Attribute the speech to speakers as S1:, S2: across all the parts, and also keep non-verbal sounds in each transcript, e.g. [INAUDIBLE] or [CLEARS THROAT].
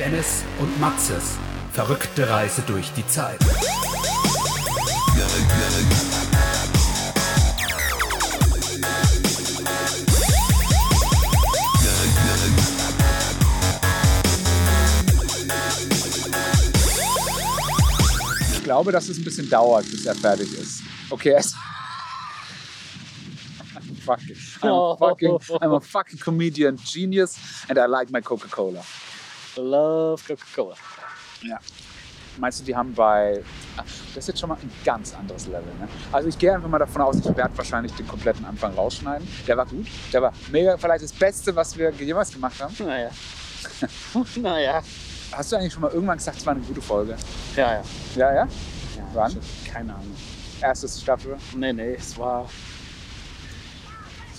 S1: Dennis und Maxes verrückte Reise durch die Zeit.
S2: Ich glaube, dass es ein bisschen dauert, bis er fertig ist. Okay, also- er ist. Fuck it. I'm a fucking, I'm a fucking comedian genius and I like my Coca-Cola.
S3: Love Coca-Cola. [LAUGHS]
S2: Meinst du, die haben bei. Ah, Das ist jetzt schon mal ein ganz anderes Level. Ne? Also, ich gehe einfach mal davon aus, ich werde wahrscheinlich den kompletten Anfang rausschneiden. Der war gut. Der war mega, vielleicht das Beste, was wir jemals gemacht haben.
S3: Naja. [LAUGHS] naja.
S2: Hast du eigentlich schon mal irgendwann gesagt, es war eine gute Folge?
S3: Ja, ja.
S2: Ja, ja?
S3: ja
S2: Wann?
S3: ich hab Keine Ahnung.
S2: Erste Staffel.
S3: Nee, nee, es war.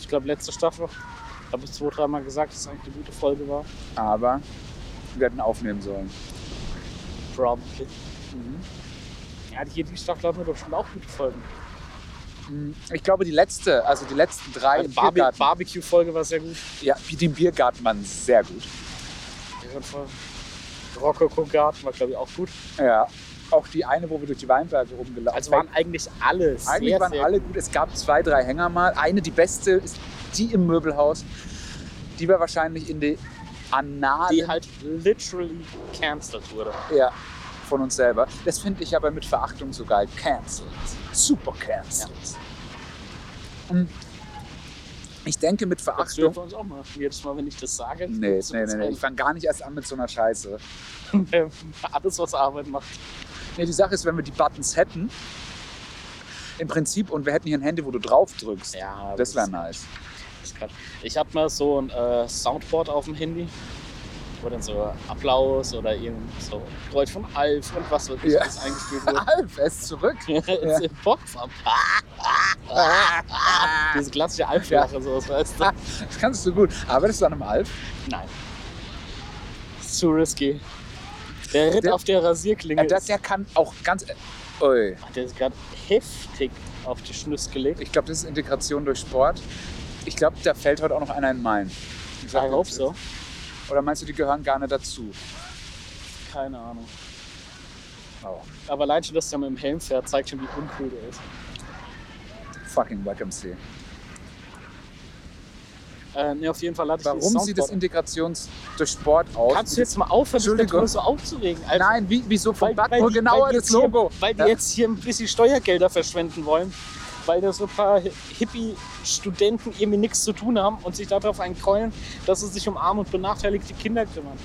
S3: Ich glaube, letzte Staffel. Habe ich zwei, dreimal gesagt, dass es eigentlich eine gute Folge war.
S2: Aber wir hätten aufnehmen sollen.
S3: Probably.
S2: Mhm.
S3: Ja, hier die Staffel hatten wir doch schon auch gute Folgen.
S2: Mm, Ich glaube, die letzte, also die letzten drei
S3: Die
S2: im Biergarten.
S3: Barbecue-Folge war sehr gut.
S2: ja, die im Biergarten waren sehr gut.
S3: Rokoko-Garten war, glaube ich, auch gut.
S2: Ja. Auch die eine, wo wir durch die Weinberge rumgelaufen
S3: Also waren eigentlich alle sehr,
S2: Eigentlich waren
S3: sehr
S2: alle gut. Es gab zwei, drei Hänger mal. Eine, die beste, ist die im Möbelhaus. Die war wahrscheinlich in die Annalen
S3: die halt literally cancelled wurde.
S2: ja, von uns selber. Das finde ich aber mit Verachtung so geil. Cancelled. Super cancelled. Mm. Ich denke mit
S3: Das
S2: Verachtung.
S3: dürfen wir uns auch mal. Jedes Mal, wenn ich das halt sage.
S2: Nee,
S3: gibt's
S2: nee, nee, nee. Ich
S3: uns
S2: fange gar nicht erst an mit so einer Scheiße.
S3: ein. Ähm, Alles, was Arbeit macht.
S2: Nee, die Sache ist, wenn wir die Buttons hätten, im Prinzip, und wir hätten hier ein Handy, wo du drauf drückst,
S3: Ja,
S2: das wäre nice.
S3: ist grad- Ich habe mal so ein äh, Soundboard auf dem Handy, wo dann so Applaus oder irgend so Geräusch von Alf und was weiß ich,
S2: Ja.
S3: was eingespielt
S2: [LAUGHS]
S3: [LAUGHS] wurde.
S2: Alf, er ist zurück.
S3: Jetzt im Box ab.
S2: Ah.
S3: Diese klassische Alf-Lache, so was weißt du.
S2: Das kannst du gut. Arbeitest du an einem Alf?
S3: Nein. Ist zu risky. Der Ritt
S2: Der-
S3: auf der Rasierklinge
S2: Ja, der,
S3: ist- Ah,
S2: der kann auch ganz. Ui.
S3: Der ist gerade heftig auf die Schnüss gelegt.
S2: Ich glaube, das ist Integration durch Sport. Ich glaube, da fällt heute auch noch einer in Main. Ich
S3: Ich hoffe so.
S2: Oder meinst du, die gehören gar nicht dazu?
S3: Keine Ahnung.
S2: Oh,
S3: Aber allein schon, dass der mit dem Helm fährt, zeigt schon, wie uncool der ist.
S2: fucking Wacom See.
S3: Äh, nee, auf jeden Fall hatte ich dieses
S2: Warum sieht es
S3: Soundboard.
S2: Integrations durch Sport aus?
S3: Kannst du jetzt mal aufhören, dich
S2: Entschuldigung.
S3: darüber so aufzuregen? Alter?
S2: Nein, wie, wieso vom
S3: Weil- weil
S2: Backmul
S3: die-
S2: genauer
S3: weil die
S2: das
S3: jetzt hier-
S2: Logo?
S3: Weil die
S2: Ja.
S3: jetzt hier ein bisschen Steuergelder verschwenden wollen, weil da so ein paar Hi- Hippie-Studenten irgendwie nichts zu tun haben und sich darauf einkeulen, dass sie sich um arm und benachteiligte Kinder kümmern.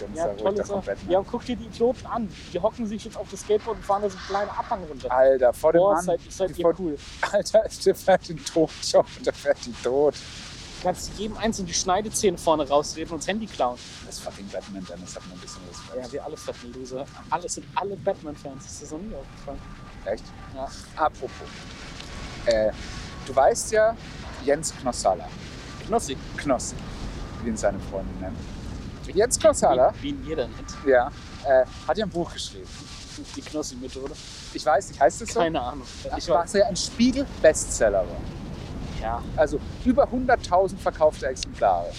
S2: Dann
S3: Ja,
S2: ist er ruhig
S3: tolle
S2: da
S3: Sache.
S2: komplett, ne?
S3: Ja, und guck dir die Idioten an. Die hocken sich jetzt auf das Skateboard und fahren da so einen kleinen Abhang runter.
S2: Alter, vor dem
S3: Boah,
S2: Ah, Mann.
S3: seid, seid ihr
S2: vor-
S3: cool.
S2: Alter, [LAUGHS] der fährt den Tod. [LAUGHS] Schau, der fährt den Tod.
S3: Kannst jedem einzelnen die Schneidezähne vorne rausreden und das Handy klauen.
S2: Das fucking Batman, Dennis hat mir ein bisschen
S3: Ja,
S2: Respekt.
S3: wir alle fetten Loser. Alle sind alle Batman-Fans. Das ist noch nie aufgefallen.
S2: Echt?
S3: Ja.
S2: Apropos. Äh, du weißt ja, Jens Knossala.
S3: Knossi.
S2: Knossi, wie ihn seine Freunde nennen. Jens Knossala,
S3: Wie, wie ihn jeder nennt.
S2: ja, äh, hat ja ein Buch geschrieben.
S3: Die Knossi-Methode.
S2: Ich weiß nicht, heißt es so?
S3: Keine Ahnung. Ich war,
S2: Was ja ein Spiegel-Bestseller war.
S3: ja,
S2: Also über 100.000 verkaufte Exemplare.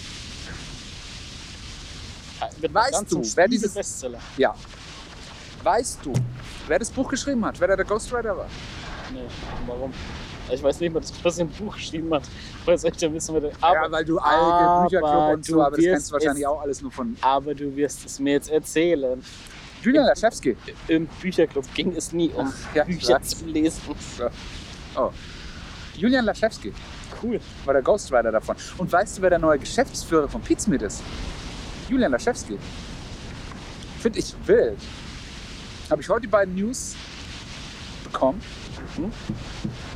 S3: wird
S2: Weißt
S3: dann
S2: du,
S3: zum
S2: wer
S3: Spiegel
S2: dieses-
S3: Bestseller?
S2: Ja. Weißt du, wer das Buch geschrieben hat? Wer da der Ghostwriter war?
S3: Nee, warum? Ich weiß nicht mal, dass Knossi ein Buch geschrieben hat. Weil soll ich denn wissen, wer der-
S2: ja,
S3: aber,
S2: weil du
S3: aber
S2: alte Bücherclub und so,
S3: du
S2: aber das
S3: wirst
S2: kennst du wahrscheinlich
S3: es-
S2: auch alles nur von
S3: aber du wirst es mir jetzt erzählen.
S2: Julian Laschewski.
S3: Im Bücherclub ging es nie um
S2: Ja,
S3: Bücher
S2: ich
S3: zu lesen.
S2: weiß. Julian Laschewski
S3: Cool.
S2: war der Ghostwriter davon. Und weißt du, wer der neue Geschäftsführer von Pizmeet ist? Julian Laschewski. Finde ich wild. Habe ich heute die beiden News bekommen. Hm?
S3: Mhm.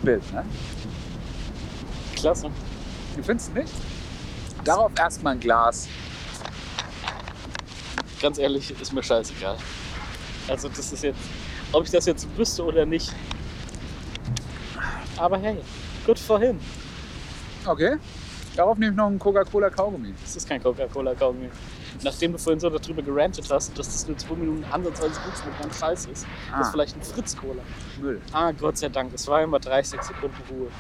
S2: Wild, ne?
S3: Klasse.
S2: Du findest nicht? Darauf erstmal ein Glas.
S3: Ganz ehrlich, ist mir scheißegal. Also das ist jetzt, ob ich das jetzt wüsste oder nicht. Aber hey, good for him.
S2: Okay. Darauf nehme ich noch einen Coca-Cola-Kaugummi.
S3: Das ist kein Coca-Cola-Kaugummi. Nachdem du vorhin so darüber gerantet hast, dass das nur zwei Minuten ansatzweise gut mit ganz Scheiß ist, das
S2: Ah,
S3: ist vielleicht ein Fritz-Cola.
S2: Müll.
S3: Ah, Gott sei Dank, es war immer 30 Sekunden Ruhe.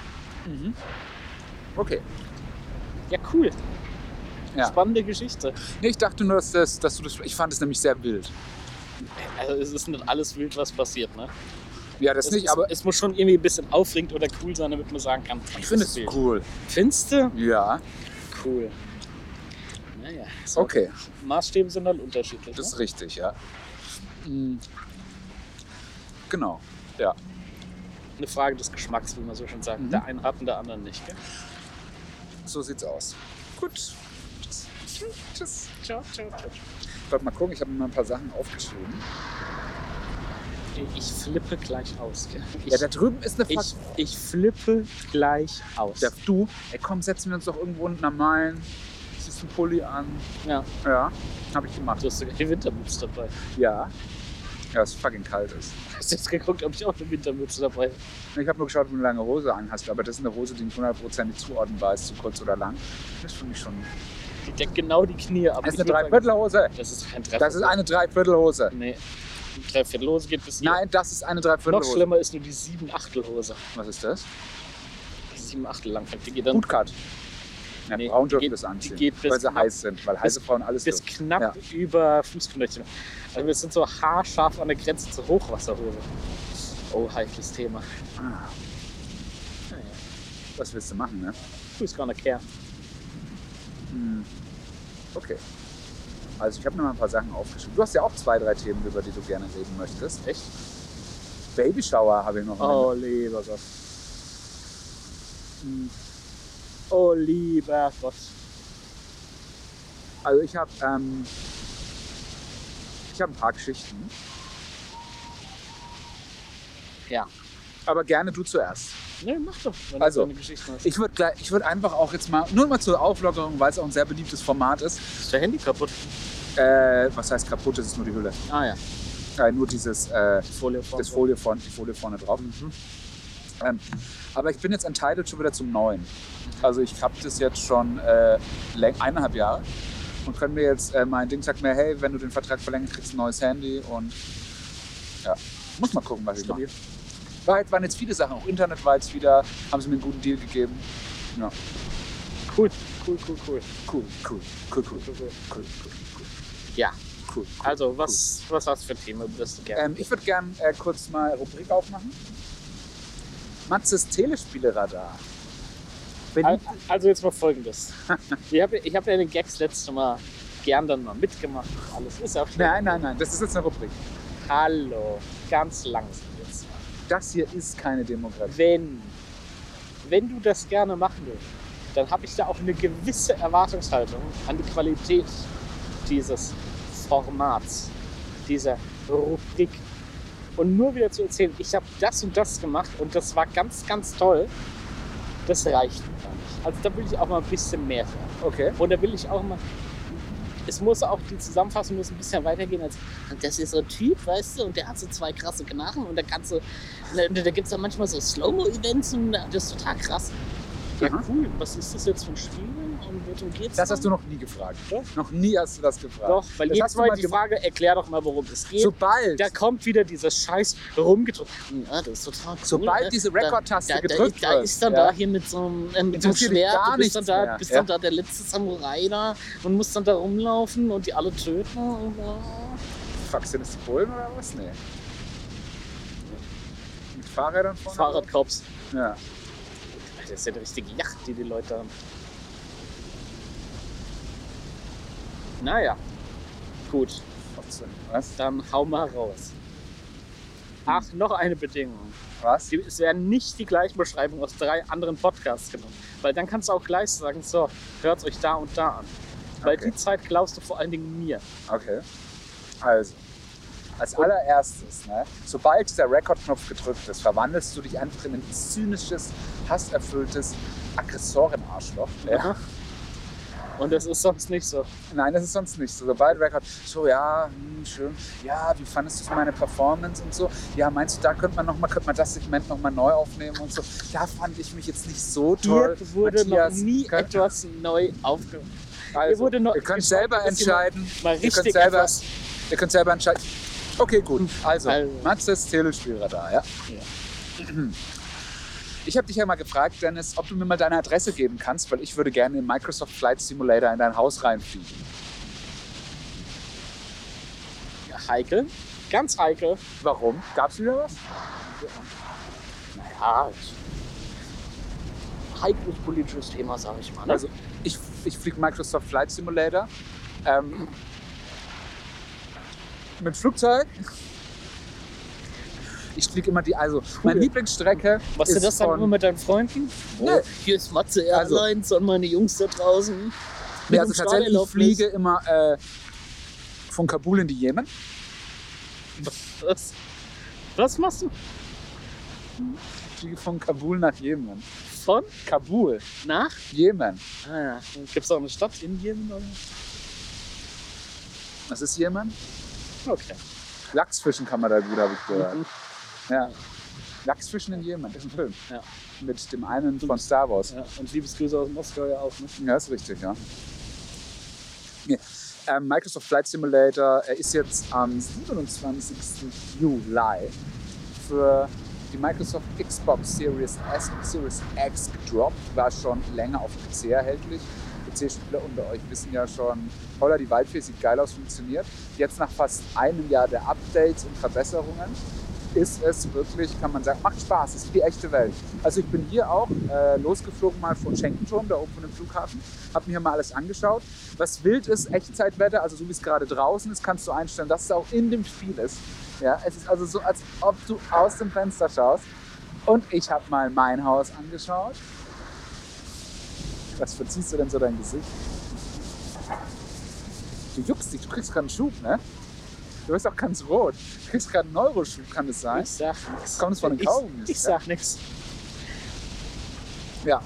S2: Okay.
S3: Ja, cool.
S2: Ja.
S3: Spannende Geschichte.
S2: Nee, ich dachte nur, dass, das, dass du das. Ich fand es nämlich sehr wild.
S3: Also es ist nicht alles wild, was passiert, ne?
S2: Ja, das
S3: es,
S2: nicht,
S3: es,
S2: aber
S3: es muss schon irgendwie ein bisschen aufregend oder cool sein, damit man sagen kann,
S2: ich finde es
S3: wild.
S2: cool.
S3: Findest du?
S2: Ja,
S3: Cool. Naja, so
S2: okay,
S3: Maßstäbe sind halt unterschiedlich.
S2: das
S3: ne?
S2: ist richtig, ja. Mm. Genau, ja.
S3: Eine Frage des Geschmacks, wie man so schon sagt.
S2: Mhm.
S3: Der einen hat und der anderen nicht. Gell?
S2: So sieht's aus. Gut. Tschüss. Tschüss.
S3: Ciao, ciao, ciao.
S2: Warte mal gucken, ich habe mir mal ein paar Sachen aufgeschrieben.
S3: Ich flippe gleich aus. Gell? Ich,
S2: Ja, da drüben ist eine
S3: ich,
S2: Fax.
S3: ich flippe gleich aus.
S2: Ja, du, ey, komm, setzen wir uns doch irgendwo in einer Meilen. Siehst einen Pulli an.
S3: Ja.
S2: Ja, habe ich gemacht.
S3: Du hast sogar die Wintermütze dabei.
S2: Ja. Ja, es fucking kalt
S3: [LAUGHS]
S2: ist.
S3: Hast du jetzt geguckt, ob ich auch eine Wintermütze dabei habe?
S2: Ich habe nur geschaut, ob du eine lange Hose anhast, aber das ist eine Hose, die ich hundertprozentig zuordnenbar ist, zu kurz oder lang. Das finde ich schon.
S3: Die deckt genau die Knie ab.
S2: Das ist
S3: Ich
S2: eine
S3: würd sagen,
S2: Dreiviertelhose.
S3: Das ist kein Treffer.
S2: Das ist eine Dreiviertelhose.
S3: Nee. Die Dreiviertelhose geht bis hier.
S2: Nein, das ist eine
S3: Noch
S2: Dreiviertelhose.
S3: schlimmer ist nur die Siebenachtelhose.
S2: Was ist das?
S3: Die Siebenachtel lang. Die geht dann
S2: Bootcut. Ja,
S3: Nee,
S2: Frauen
S3: die
S2: dürfen
S3: geht-
S2: das anziehen,
S3: die geht bis
S2: weil sie
S3: knapp-
S2: heiß sind, weil heiße Frauen alles
S3: bis
S2: dürfen.
S3: knapp über Fußknöcheln. Also wir sind so haarscharf an der Grenze zur Hochwasserhose. Oh, heikles Thema.
S2: Ah,
S3: Naja,
S2: was willst du machen, ne?
S3: who's gonna care?
S2: Hm. Okay. Also ich habe mir mal ein paar Sachen aufgeschrieben. Du hast ja auch zwei, drei Themen, über die du gerne reden möchtest.
S3: Echt?
S2: Babyshower habe ich noch.
S3: Oh, lieber Gott. Hm. Oh, lieber Gott.
S2: Also ich habe ähm, ich habe ein paar Geschichten.
S3: Ja.
S2: Aber gerne du zuerst.
S3: Nee, mach doch, wenn
S2: Also,
S3: du deine Geschichten hast.
S2: Ich würde ich würd einfach auch jetzt mal, nur mal zur Auflockerung, weil es auch ein sehr beliebtes Format ist.
S3: ist dein Handy kaputt?
S2: Äh, was heißt kaputt? Das ist nur die Hülle.
S3: Ah ja,
S2: Äh, nur dieses, äh,
S3: die Folie vor.
S2: das Folie vorne, die Folie vorne drauf.
S3: Mhm.
S2: Ähm, aber ich bin jetzt entitled schon wieder zum
S3: Mhm.
S2: Neuen. Also ich habe das jetzt schon äh, läng- eineinhalb Jahre und können mir jetzt, äh, mein Ding sagt mir, hey, wenn du den Vertrag verlängerst, kriegst du ein neues Handy und ja, muss mal gucken, was ich mache.
S3: Stabil.
S2: War halt, waren jetzt viele Sachen, auch Internet war jetzt wieder, haben sie mir einen guten Deal gegeben. Ja,
S3: Cool, cool, cool, cool.
S2: cool, cool, cool, cool,
S3: cool, cool.
S2: cool, cool,
S3: Ja,
S2: cool, cool.
S3: also was, was hast du für ein Thema, über das du gerne
S2: Ähm, ich würde gern äh, kurz mal Rubrik aufmachen. Matzes Telespieleradar. Bin,
S3: Al- Also jetzt
S2: [LAUGHS]
S3: mal folgendes. Ich habe ich hab ja den Gags letztes Mal gern dann mal mitgemacht. Alles ist auch schön.
S2: nein, nein, nein, das ist jetzt eine Rubrik.
S3: Hallo, ganz langsam jetzt mal.
S2: Das hier ist keine Demokratie.
S3: Wenn, wenn du das gerne machen willst, dann habe ich da auch eine gewisse Erwartungshaltung an die Qualität dieses Formats, dieser Rubrik. Und nur wieder zu erzählen, ich habe das und das gemacht und das war ganz, ganz toll, das reicht mir gar nicht. Also da will ich auch mal ein bisschen mehr hören.
S2: Okay.
S3: Und da will ich auch mal. Es muss auch, die Zusammenfassung muss ein bisschen weitergehen als, und das ist so ein Typ, weißt du, und der hat so zwei krasse Knarren und da kannst du, ne, da, da gibt es dann manchmal so Slow-Mo-Events und das ist total krass. Ja,
S2: Aha.
S3: cool, was ist das jetzt für ein Spiel und worum geht's?
S2: Mhm. Das hast du
S3: noch.
S2: noch nie gefragt.
S3: Doch.
S2: Noch nie hast du das gefragt.
S3: Doch, weil
S2: das
S3: jedes
S2: hast du
S3: Mal
S2: mal
S3: die
S2: gemacht.
S3: Frage, erklär doch mal, worum es geht.
S2: Sobald,
S3: da kommt wieder dieser Scheiß rumgedrückt. Ja, das ist total cool.
S2: sobald
S3: ne?
S2: diese
S3: Da-
S2: Rekordtaste
S3: da, da,
S2: gedrückt
S3: da
S2: wird,
S3: ist dann
S2: ja,
S3: da hier mit so einem, ähm, mit so einem
S2: Interessiert dich
S3: Schwert,
S2: gar
S3: du bist, dann
S2: nichts
S3: da,
S2: mehr,
S3: bist
S2: ja.
S3: dann da der letzte Samurai da und musst dann da rumlaufen und die alle töten. und, äh,
S2: Fuck, sind das die Bullen oder was? Nee. Mit Fahrrädern vorne?
S3: Fahrradkorps.
S2: Ja.
S3: Das ist ja eine richtige Yacht, die die Leute haben. Naja, gut,
S2: Was?
S3: dann hau mal raus. Ach, noch eine Bedingung.
S2: Was?
S3: Die- Es werden nicht die gleichen Beschreibungen aus drei anderen Podcasts genommen. Weil dann kannst du auch gleich sagen, so, hört euch da und da an. Weil
S2: Okay.
S3: die Zeit klaust du vor allen Dingen mir.
S2: Okay. Also, als allererstes, ne, sobald dieser Rekordknopf gedrückt ist, verwandelst du dich einfach in ein zynisches, hasserfülltes Aggressoren-Arschloch. Ja.
S3: Und das ist sonst nicht so.
S2: Nein, das ist sonst nicht so. Sobald Rekord, so ja, hm, schön, ja, wie fandest du meine Performance und so? Ja, meinst du, da könnte man nochmal, könnte man das Segment nochmal neu aufnehmen und so? Da fand ich mich jetzt nicht so toll.
S3: Dir wurde
S2: Matthias,
S3: noch nie
S2: könnt-
S3: etwas neu aufgenommen.
S2: also,
S3: wurde noch
S2: ihr könnt
S3: geschaut,
S2: selber
S3: dass jemand
S2: entscheiden.
S3: Mal
S2: Ihr könnt
S3: richtig
S2: selber-
S3: etwas. Hm.
S2: Ihr könnt selber entscheiden. Okay, gut. Also,
S3: Also.
S2: Matzes Telespielradar, ja. Ich habe dich ja mal gefragt, Dennis, ob du mir mal deine Adresse geben kannst, weil ich würde gerne in Microsoft Flight Simulator in dein Haus reinfliegen.
S3: Heikel. Ganz heikel.
S2: Warum? Gab's wieder was?
S3: Naja, es- heikles politisches Thema, sage ich mal. ne?
S2: Also ich, ich fliege Microsoft Flight Simulator ähm, mit Flugzeug. Ich fliege immer die, also meine Lieblingsstrecke
S3: Was du
S2: ist
S3: das dann
S2: von,
S3: immer mit deinen Freunden? Oh,
S2: Nee.
S3: hier ist Matze
S2: Also-
S3: Airlines und meine Jungs da draußen. Mit
S2: nee,
S3: dem
S2: also tatsächlich, ich
S3: Steuererlaubnis.
S2: fliege immer äh, von Kabul in die Jemen.
S3: Was, was machst du?
S2: Ich fliege von Kabul nach Jemen.
S3: Von
S2: Kabul,
S3: nach?
S2: Jemen.
S3: Ah, ja. Gibt es auch eine Stadt in Jemen? Oder?
S2: Das ist Jemen.
S3: Okay.
S2: Lachsfischen kann man da gut, habe ich gehört.
S3: Mhm.
S2: Ja. Lachsfischen in Jemen, das ist ein Film.
S3: Ja.
S2: Mit dem einen von Star Wars.
S3: Ja. Und Liebesgrüße aus Moskau ja auch. Ne?
S2: Ja, ist richtig, ja. Nee. Ähm, Microsoft Flight Simulator äh, ist jetzt am 27. Juli für die Microsoft Xbox Series S und Series X gedroppt. War schon länger auf PC erhältlich. PC-Spieler unter euch wissen ja schon, holla die Waldfee, sieht geil aus, funktioniert. Jetzt nach fast einem Jahr der Updates und Verbesserungen ist es wirklich, kann man sagen, macht Spaß, es ist die echte Welt. Also ich bin hier auch äh, losgeflogen mal von Schenkenturm, da oben von dem Flughafen, habe mir hier mal alles angeschaut. Was wild ist, Echtzeitwetter, also so wie es gerade draußen ist, kannst du einstellen, dass es auch in dem Spiel ist. Ja, es ist also so, als ob du aus dem Fenster schaust. Und ich habe mal mein Haus angeschaut. Was verziehst du denn so dein Gesicht? Du juckst dich, du kriegst gerade einen Schub, ne? Du bist auch ganz rot. Du kriegst gerade einen Neuroschub, kann es sein?
S3: Ich sag nix.
S2: Kommt es von den
S3: Ich-
S2: Kaugummis,
S3: Ich,
S2: ja?
S3: sag nix.
S2: Ja.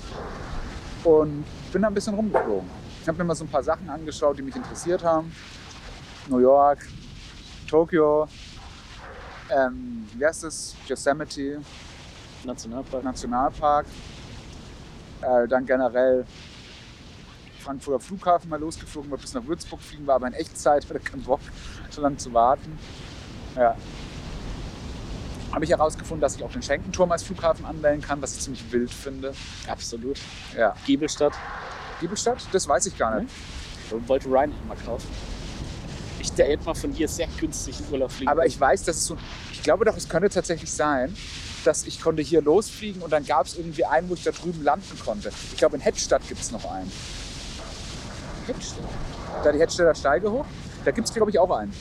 S2: Und bin da ein bisschen rumgeflogen. Ich habe mir mal so ein paar Sachen angeschaut, die mich interessiert haben. New York, Tokio, ähm, wie heißt es? Yosemite
S3: Nationalpark.
S2: Nationalpark. Äh, dann generell Frankfurter Flughafen mal losgeflogen, mal bis nach Würzburg fliegen, war aber in Echtzeit, [LAUGHS] hatte keinen Bock, so lange zu warten. Ja. Habe ich herausgefunden, dass ich auch den Schenkenturm als Flughafen anwählen kann, was ich ziemlich wild finde.
S3: Absolut.
S2: Ja.
S3: Giebelstadt.
S2: Giebelstadt? Das weiß ich gar nicht.
S3: Wollte Ryanair mal kaufen. Ich der hätte mal von hier sehr günstig in Urlaub fliegen.
S2: Aber
S3: können.
S2: ich weiß, dass es so. Ich glaube doch, es könnte tatsächlich sein, dass ich konnte hier losfliegen und dann gab es irgendwie einen, wo ich da drüben landen konnte. Ich glaube, in Hettstadt gibt es noch einen.
S3: Giebelstadt.
S2: Da die Hettstädter Steige hoch. Da gibt es, glaube ich, auch einen.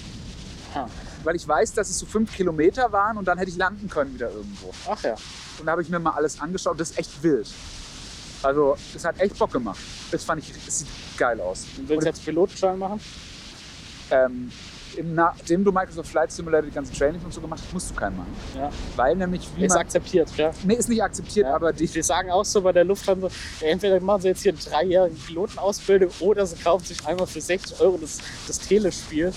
S3: Ah.
S2: Weil ich weiß, dass es so fünf Kilometer waren und dann hätte ich landen können wieder irgendwo.
S3: Ach ja.
S2: Und da habe ich mir mal alles angeschaut. Das ist echt wild. Also, das hat echt Bock gemacht. Das fand ich, das sieht geil aus.
S3: Du willst
S2: Und-
S3: jetzt Pilotenschein machen?
S2: ähm, im, nachdem du Microsoft Flight Simulator die ganzen Trainings und so gemacht hast, musst du keinen machen.
S3: Ja.
S2: Weil nämlich, wie
S3: Ist
S2: man,
S3: akzeptiert, ja.
S2: nee, ist nicht akzeptiert,
S3: Ja.
S2: aber die,
S3: Die sagen auch so bei der Lufthansa, entweder machen sie jetzt hier eine dreijährige Pilotenausbildung oder sie kaufen sich einmal für 60 Euro das, das Telespiel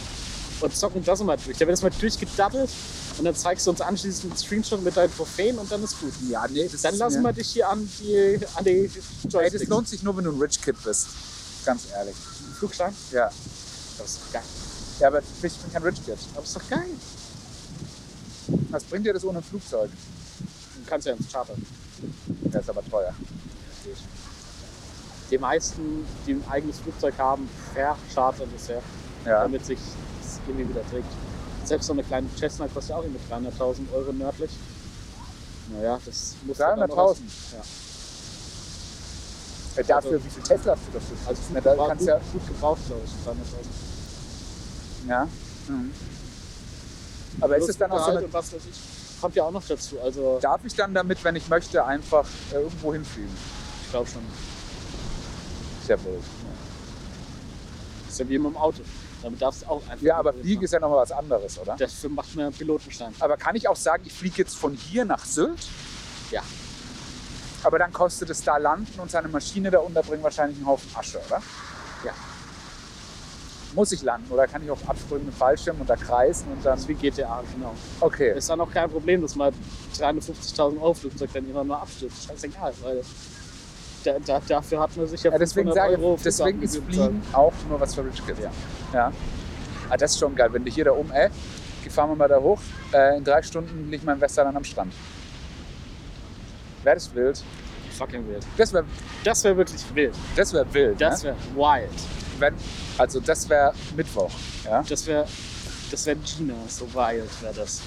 S3: und zocken das mal durch. Da wird das mal durchgedaddelt und dann zeigst du uns anschließend einen Screenshot mit deinen Trophäen und dann ist gut.
S2: ja, nee, das
S3: Dann
S2: ist,
S3: lassen
S2: nee.
S3: wir dich hier an die, an die
S2: Ey, das
S3: Joysticks.
S2: lohnt sich nur, wenn du ein Rich Kid bist. Ganz ehrlich.
S3: Flugschein?
S2: Ja.
S3: Das ist doch geil.
S2: Ja, aber ich bin kein Rich Kid.
S3: Aber ist doch geil.
S2: Was bringt dir das ohne ein Flugzeug?
S3: Du kannst ja ins Charter.
S2: Der ist aber teuer.
S3: Die meisten, die ein eigenes Flugzeug haben, verchartern das ja.
S2: Ja.
S3: damit sich das irgendwie wieder trägt. Selbst so eine kleine Chestnut kostet ja auch irgendwie 300.000 Euro nördlich. Naja, das muss ja dann noch was-
S2: 300.000?
S3: Ja.
S2: Ey, Äh, Dafür, wie viel Tesla hast du dafür?
S3: Also
S2: Na,
S3: gut,
S2: da
S3: war
S2: kannst
S3: gut,
S2: ja,
S3: gut gebraucht, glaube ich, 300.000.
S2: ja. Mhm. Aber ist
S3: Plus
S2: es dann auch so
S3: Unterhalt
S2: eine,
S3: und was weiß ich, kommt ja auch noch dazu. Also
S2: darf ich dann damit, wenn ich möchte, einfach äh, irgendwo hinfliegen?
S3: ich glaube schon,
S2: Ist ja blöd.
S3: ist ja wie mit dem Auto. Damit darfst du auch einfach.
S2: Ja, aber
S3: mitmachen.
S2: Fliegen ist ja nochmal was anderes, oder?
S3: Dafür macht man einen Pilotenstein.
S2: Aber kann ich auch sagen, ich fliege jetzt von hier nach Sylt?
S3: Ja.
S2: Aber dann kostet es da landen und seine Maschine da unterbringen wahrscheinlich einen Haufen Asche, oder?
S3: Ja.
S2: Muss ich landen oder kann ich auch abspringen mit dem Fallschirm und da kreisen und dann.
S3: Das ist wie GTA, genau.
S2: Okay.
S3: Ist dann auch kein Problem, dass mal 350.000 Euro Flugzeug dann immer nur abstürzt. Scheißegal, weil da, da, dafür hat man sich ja,
S2: Ja, deswegen
S3: 500
S2: sage
S3: Euro
S2: ich, deswegen ist
S3: Flugabendgebühr bezahlt.
S2: Fliegen auch nur was für Rich Kids. Ja. ja. Ah, das ist schon geil. Wenn du hier da um, oben, ey, Äh, fahren wir mal da hoch. Äh, in drei Stunden liegt mein Westerland am Strand. Wäre das wild?
S3: Fucking wild.
S2: Das wäre
S3: Das wäre wirklich wild.
S2: das wär wild.
S3: Das
S2: ne?
S3: wäre wild.
S2: Wenn, also das wäre Mittwoch. Ja?
S3: Das wäre das wär Gina, so wild wäre das.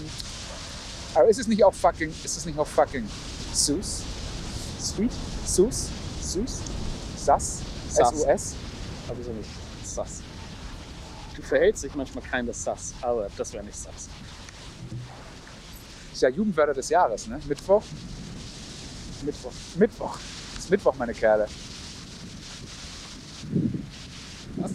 S2: Aber ist es nicht auch fucking, ist es nicht auch fucking Sus? Sweet? Sus? Sus? Sass?
S3: Sass.
S2: S-U-S?
S3: Aber wieso nicht? Sass. Du verhältst dich manchmal kein das Sass, aber das wäre nicht Sass.
S2: Ist ja Jugendwörter des Jahres, ne? Mittwoch?
S3: Mittwoch.
S2: Mittwoch. Ist Mittwoch, meine Kerle. Was?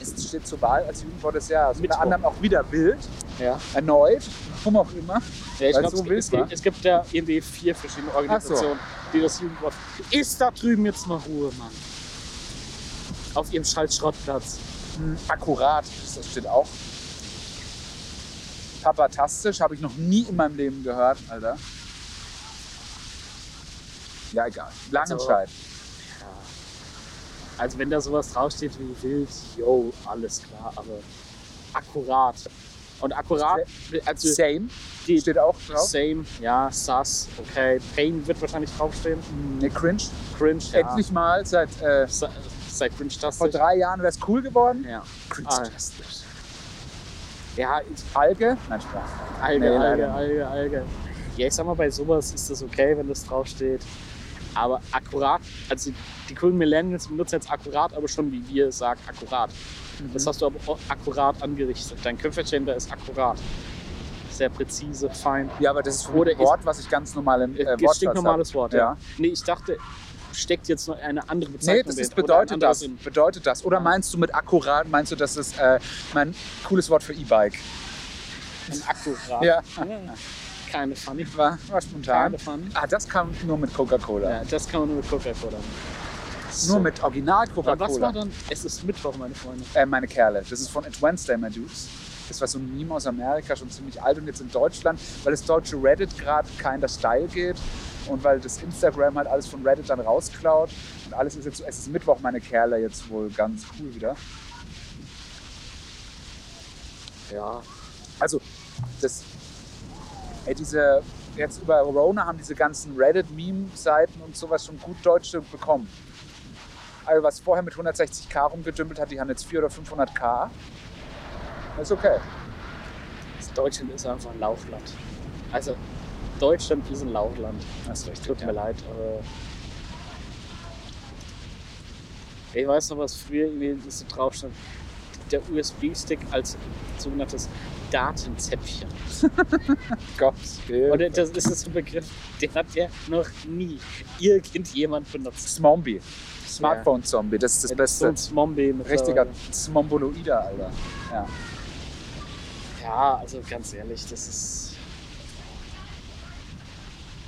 S2: Es steht zur Wahl als Jugendwort des Jahres.
S3: Mittwoch.
S2: Unter anderem auch wieder wild.
S3: Ja.
S2: Erneut. Warum auch immer.
S3: ja ich
S2: Weil
S3: glaube,
S2: so
S3: es,
S2: wild
S3: es, gibt-
S2: war.
S3: es gibt da irgendwie vier verschiedene Organisationen, die das Jugendwort. Ist da drüben jetzt mal Ruhe, Mann? Auf ihrem Schaltschrottplatz.
S2: Hm, Akkurat. Das steht auch. Papatastisch habe ich noch nie in meinem Leben gehört, Alter. Ja, egal. Langenscheid.
S3: Also wenn da sowas draufsteht wie wild, yo, alles klar, aber akkurat. Und akkurat, also
S2: Same.
S3: die
S2: Steht auch drauf.
S3: same, ja, sass, okay, Pain wird wahrscheinlich draufstehen,
S2: Ne, cringe.
S3: Cringe, ja.
S2: Endlich mal seit äh,
S3: Se- Seit Cringe das
S2: vor drei Jahren wäre es cool geworden.
S3: Ja,
S2: Cringe.
S3: Ah. ja ich-
S2: Alge? Nein, Spaß.
S3: Alge,
S2: Nee,
S3: Alge,
S2: leider.
S3: Alge, Alge. Ja, ich sag mal, bei sowas ist das okay, wenn das draufsteht. Aber akkurat, also die coolen Millennials benutzen jetzt akkurat, aber schon wie wir sagen, akkurat.
S2: Mhm.
S3: Das hast du aber auch akkurat angerichtet. Dein Köpferchen, da ist akkurat. Sehr präzise, fein. Äh,
S2: Ja, aber das ist für
S3: Oder
S2: mich ein
S3: ist-
S2: Wort, was ich ganz normal im äh,
S3: Äh,
S2: Wortschatz
S3: stinknormales Wort, ja.
S2: Ja.
S3: Nee, ich dachte, steckt jetzt noch eine andere Bezeichnung.
S2: Nee, das ist,
S3: dahinter oder ein
S2: bedeutet
S3: anderer
S2: das.
S3: Sinn.
S2: Bedeutet das. Oder
S3: Ja.
S2: meinst du mit akkurat, meinst du, das ist äh, mein cooles Wort für E-Bike?
S3: Ein akkurat.
S2: Ja.
S3: Keine funny.
S2: War, war spontan.
S3: Keine funny.
S2: Ah, das kam nur mit Coca-Cola.
S3: Ja, das kann man nur mit Coca-Cola machen. So.
S2: Nur mit Original
S3: Aber was war
S2: Coca-Cola.
S3: dann? Es ist Mittwoch, meine Freunde.
S2: Äh, meine Kerle. Das ist von It Wednesday, my dudes. Das war so ein Meme aus Amerika, schon ziemlich alt und jetzt in Deutschland, weil das deutsche Reddit gerade keiner Style geht und weil das Instagram halt alles von Reddit dann rausklaut und alles ist jetzt so, es ist Mittwoch, meine Kerle, jetzt wohl ganz cool wieder.
S3: Ja.
S2: also das, ey, diese, jetzt über Corona haben diese ganzen Reddit-Meme-Seiten und sowas schon gut Deutsche bekommen. Also was vorher mit 160k rumgedümpelt hat, die haben jetzt 400 oder 500k. Das ist okay.
S3: Das Deutschland ist einfach ein Laufland. Also, Deutschland ist ein Laufland.
S2: Das ist richtig.
S3: Tut mir leid, aber. Ich weiß noch, was früher irgendwie so drauf stand. Der USB-Stick als sogenanntes Datenzäpfchen.
S2: Gott,
S3: Oder das ist das ein Begriff, den hat ja noch nie irgendjemand benutzt.
S2: Smombie. Smartphone-Zombie, das ist das
S3: So
S2: Beste.
S3: ein Zombie mit
S2: Richtiger Smomboloider, Alter. Ja.
S3: Ja, also ganz ehrlich, das ist.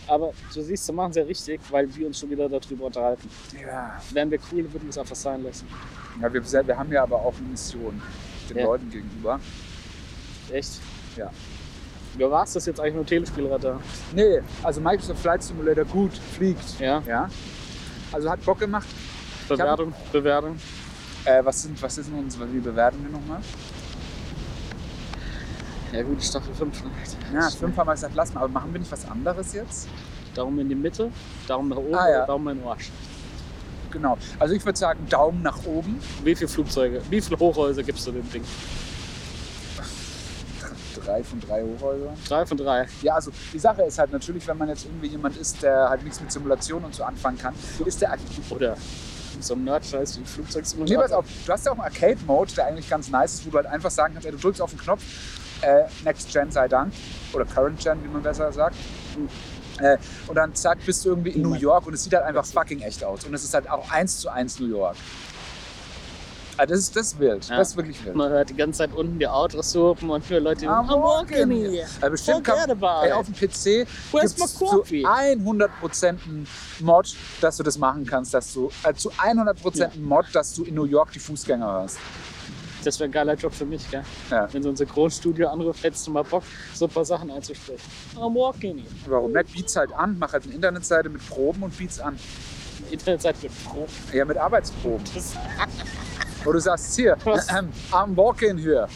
S3: Aber du siehst, wir machen es ja richtig, weil wir uns schon wieder darüber unterhalten.
S2: ja.
S3: Wären wir cool, würden wir es einfach sein lassen.
S2: ja wir, sel- wir haben ja aber auch eine Mission den
S3: Ja.
S2: Leuten gegenüber.
S3: Echt?
S2: Ja.
S3: Ja, war es das jetzt eigentlich nur Telespielradar?
S2: Nee, also Microsoft Flight Simulator gut, fliegt.
S3: Ja.
S2: Ja. Also hat Bock gemacht.
S3: Bewertung, Bewertung.
S2: Äh, was, sind, was ist denn unsere die Bewertung hier nochmal?
S3: Ja, gut, Staffel 5. Ne?
S2: Ja, fünf haben wir gesagt, lassen, aber machen wir nicht was anderes jetzt?
S3: Daumen in die Mitte, Daumen nach oben,
S2: Ah, ja.
S3: oder Daumen in den Arsch.
S2: Genau. Also ich würde sagen, Daumen nach oben.
S3: Wie viele Flugzeuge, wie viele Hochhäuser gibst du dem Ding?
S2: Drei von drei Hochhäusern.
S3: Drei von drei.
S2: Ja, also die Sache ist halt natürlich, wenn man jetzt irgendwie jemand ist, der halt nichts mit Simulation und so anfangen kann, ist der eigentlich.
S3: Oder so ein Nerd-Scheiß wie
S2: Nee, pass
S3: Flugzeugsimulator.
S2: auf, du hast ja auch einen Arcade-Mode, der eigentlich ganz nice ist, wo du halt einfach sagen kannst, ey, du drückst auf den Knopf, äh, Next Gen sei Dank, oder Current Gen, wie man besser sagt. Äh, und dann zack, bist du irgendwie in New York und es sieht halt einfach fucking echt aus. Und es ist halt auch eins zu eins New York. Ah, das ist das ist wild,
S3: Ja.
S2: das ist wirklich wild.
S3: Man hört die ganze Zeit unten die Autos suchen und viele Leute.
S2: I'm walking here.
S3: here.
S2: Also bestimmt
S3: Forget
S2: kann,
S3: about
S2: ey,
S3: it.
S2: auf dem PC
S3: Where's
S2: gibt
S3: my
S2: es zu
S3: coffee?
S2: 100% einen Mod, dass du das machen kannst, dass du äh, zu 100%
S3: Ja.
S2: einen Mod, dass du in New York die Fußgänger hörst.
S3: Das wäre ein geiler Job für mich, gell?
S2: Ja.
S3: Wenn so ein Synchronstudio anruft, hättest du mal Bock, so ein paar Sachen einzusprechen. I'm walking here.
S2: Warum nicht? Beats halt an, mach halt eine Internetseite mit Proben und Beats an.
S3: Internetseite wird froh.
S2: Ja, mit Arbeitsproben.
S3: Das
S2: wo du sagst, hier,
S3: [LAUGHS] Was?
S2: ähm, I'm walking
S3: [LAUGHS]
S2: here.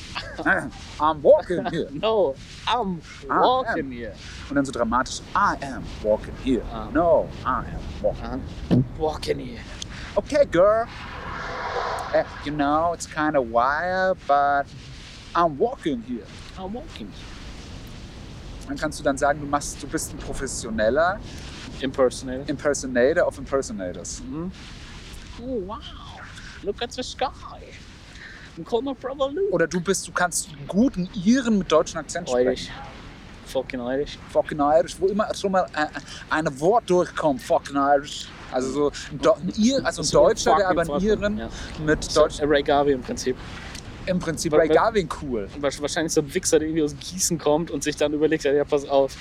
S2: Ähm, I'm walking here.
S3: No, I'm
S2: Ah,
S3: walking here.
S2: Und dann so dramatisch, I am walking here.
S3: Ah.
S2: No, I am walking.
S3: I'm walking here.
S2: Okay, girl. Eh, you know, it's kind of wild, but I'm walking here.
S3: I'm walking here.
S2: Dann kannst du dann sagen, du, machst, du bist ein professioneller
S3: Impersonator.
S2: Impersonator of Impersonators.
S3: Mhm. Oh, wow. Look at the sky. I'm calling my brother Lou.
S2: Oder du bist, du kannst einen guten Iren mit deutschem Akzent sprechen.
S3: Irish. Fucking Irish.
S2: Fucking Irish, wo immer schon mal ein, ein Wort durchkommt, fucking Irish. Also so ein, Do ein, Ir, also ein
S3: Das
S2: Deutscher, der
S3: fucking
S2: aber einen
S3: Fucking,
S2: Iren
S3: ja.
S2: mit
S3: So,
S2: Deutsch
S3: äh, Ray Garvey im Prinzip.
S2: im Prinzip
S3: Wa-
S2: Ray
S3: wa-
S2: Garvin cool.
S3: Wahrsch- Wahrscheinlich so ein Wichser, der irgendwie aus Gießen kommt und sich dann überlegt hat, ja, pass auf.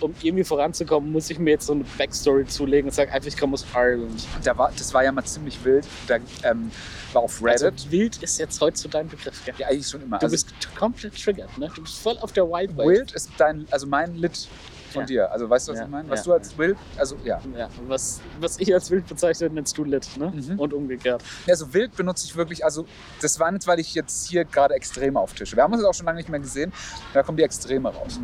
S3: Um irgendwie voranzukommen, muss ich mir jetzt so eine Backstory zulegen und sage einfach, ich komme aus Ireland.
S2: Da war, das war ja mal ziemlich wild. Da ähm, war auf Reddit.
S3: Also, wild ist jetzt heute so dein Begriff, gell?
S2: ja, eigentlich schon immer.
S3: Du
S2: Also-
S3: bist t- komplett triggered, ne? Du bist voll auf der Wild Wave.
S2: Wild ist dein, also mein Lit von
S3: Ja.
S2: dir. Also weißt du, was
S3: Ja,
S2: ich meine? Was
S3: ja,
S2: du als Wild, also ja.
S3: Ja, was, was ich als wild bezeichne, nennst du lit, ne?
S2: Mhm.
S3: Und umgekehrt.
S2: Also Wild benutze ich wirklich, also das war nicht, weil ich jetzt hier gerade Extreme auftische. Wir haben uns jetzt auch schon lange nicht mehr gesehen. Da kommen die Extreme raus.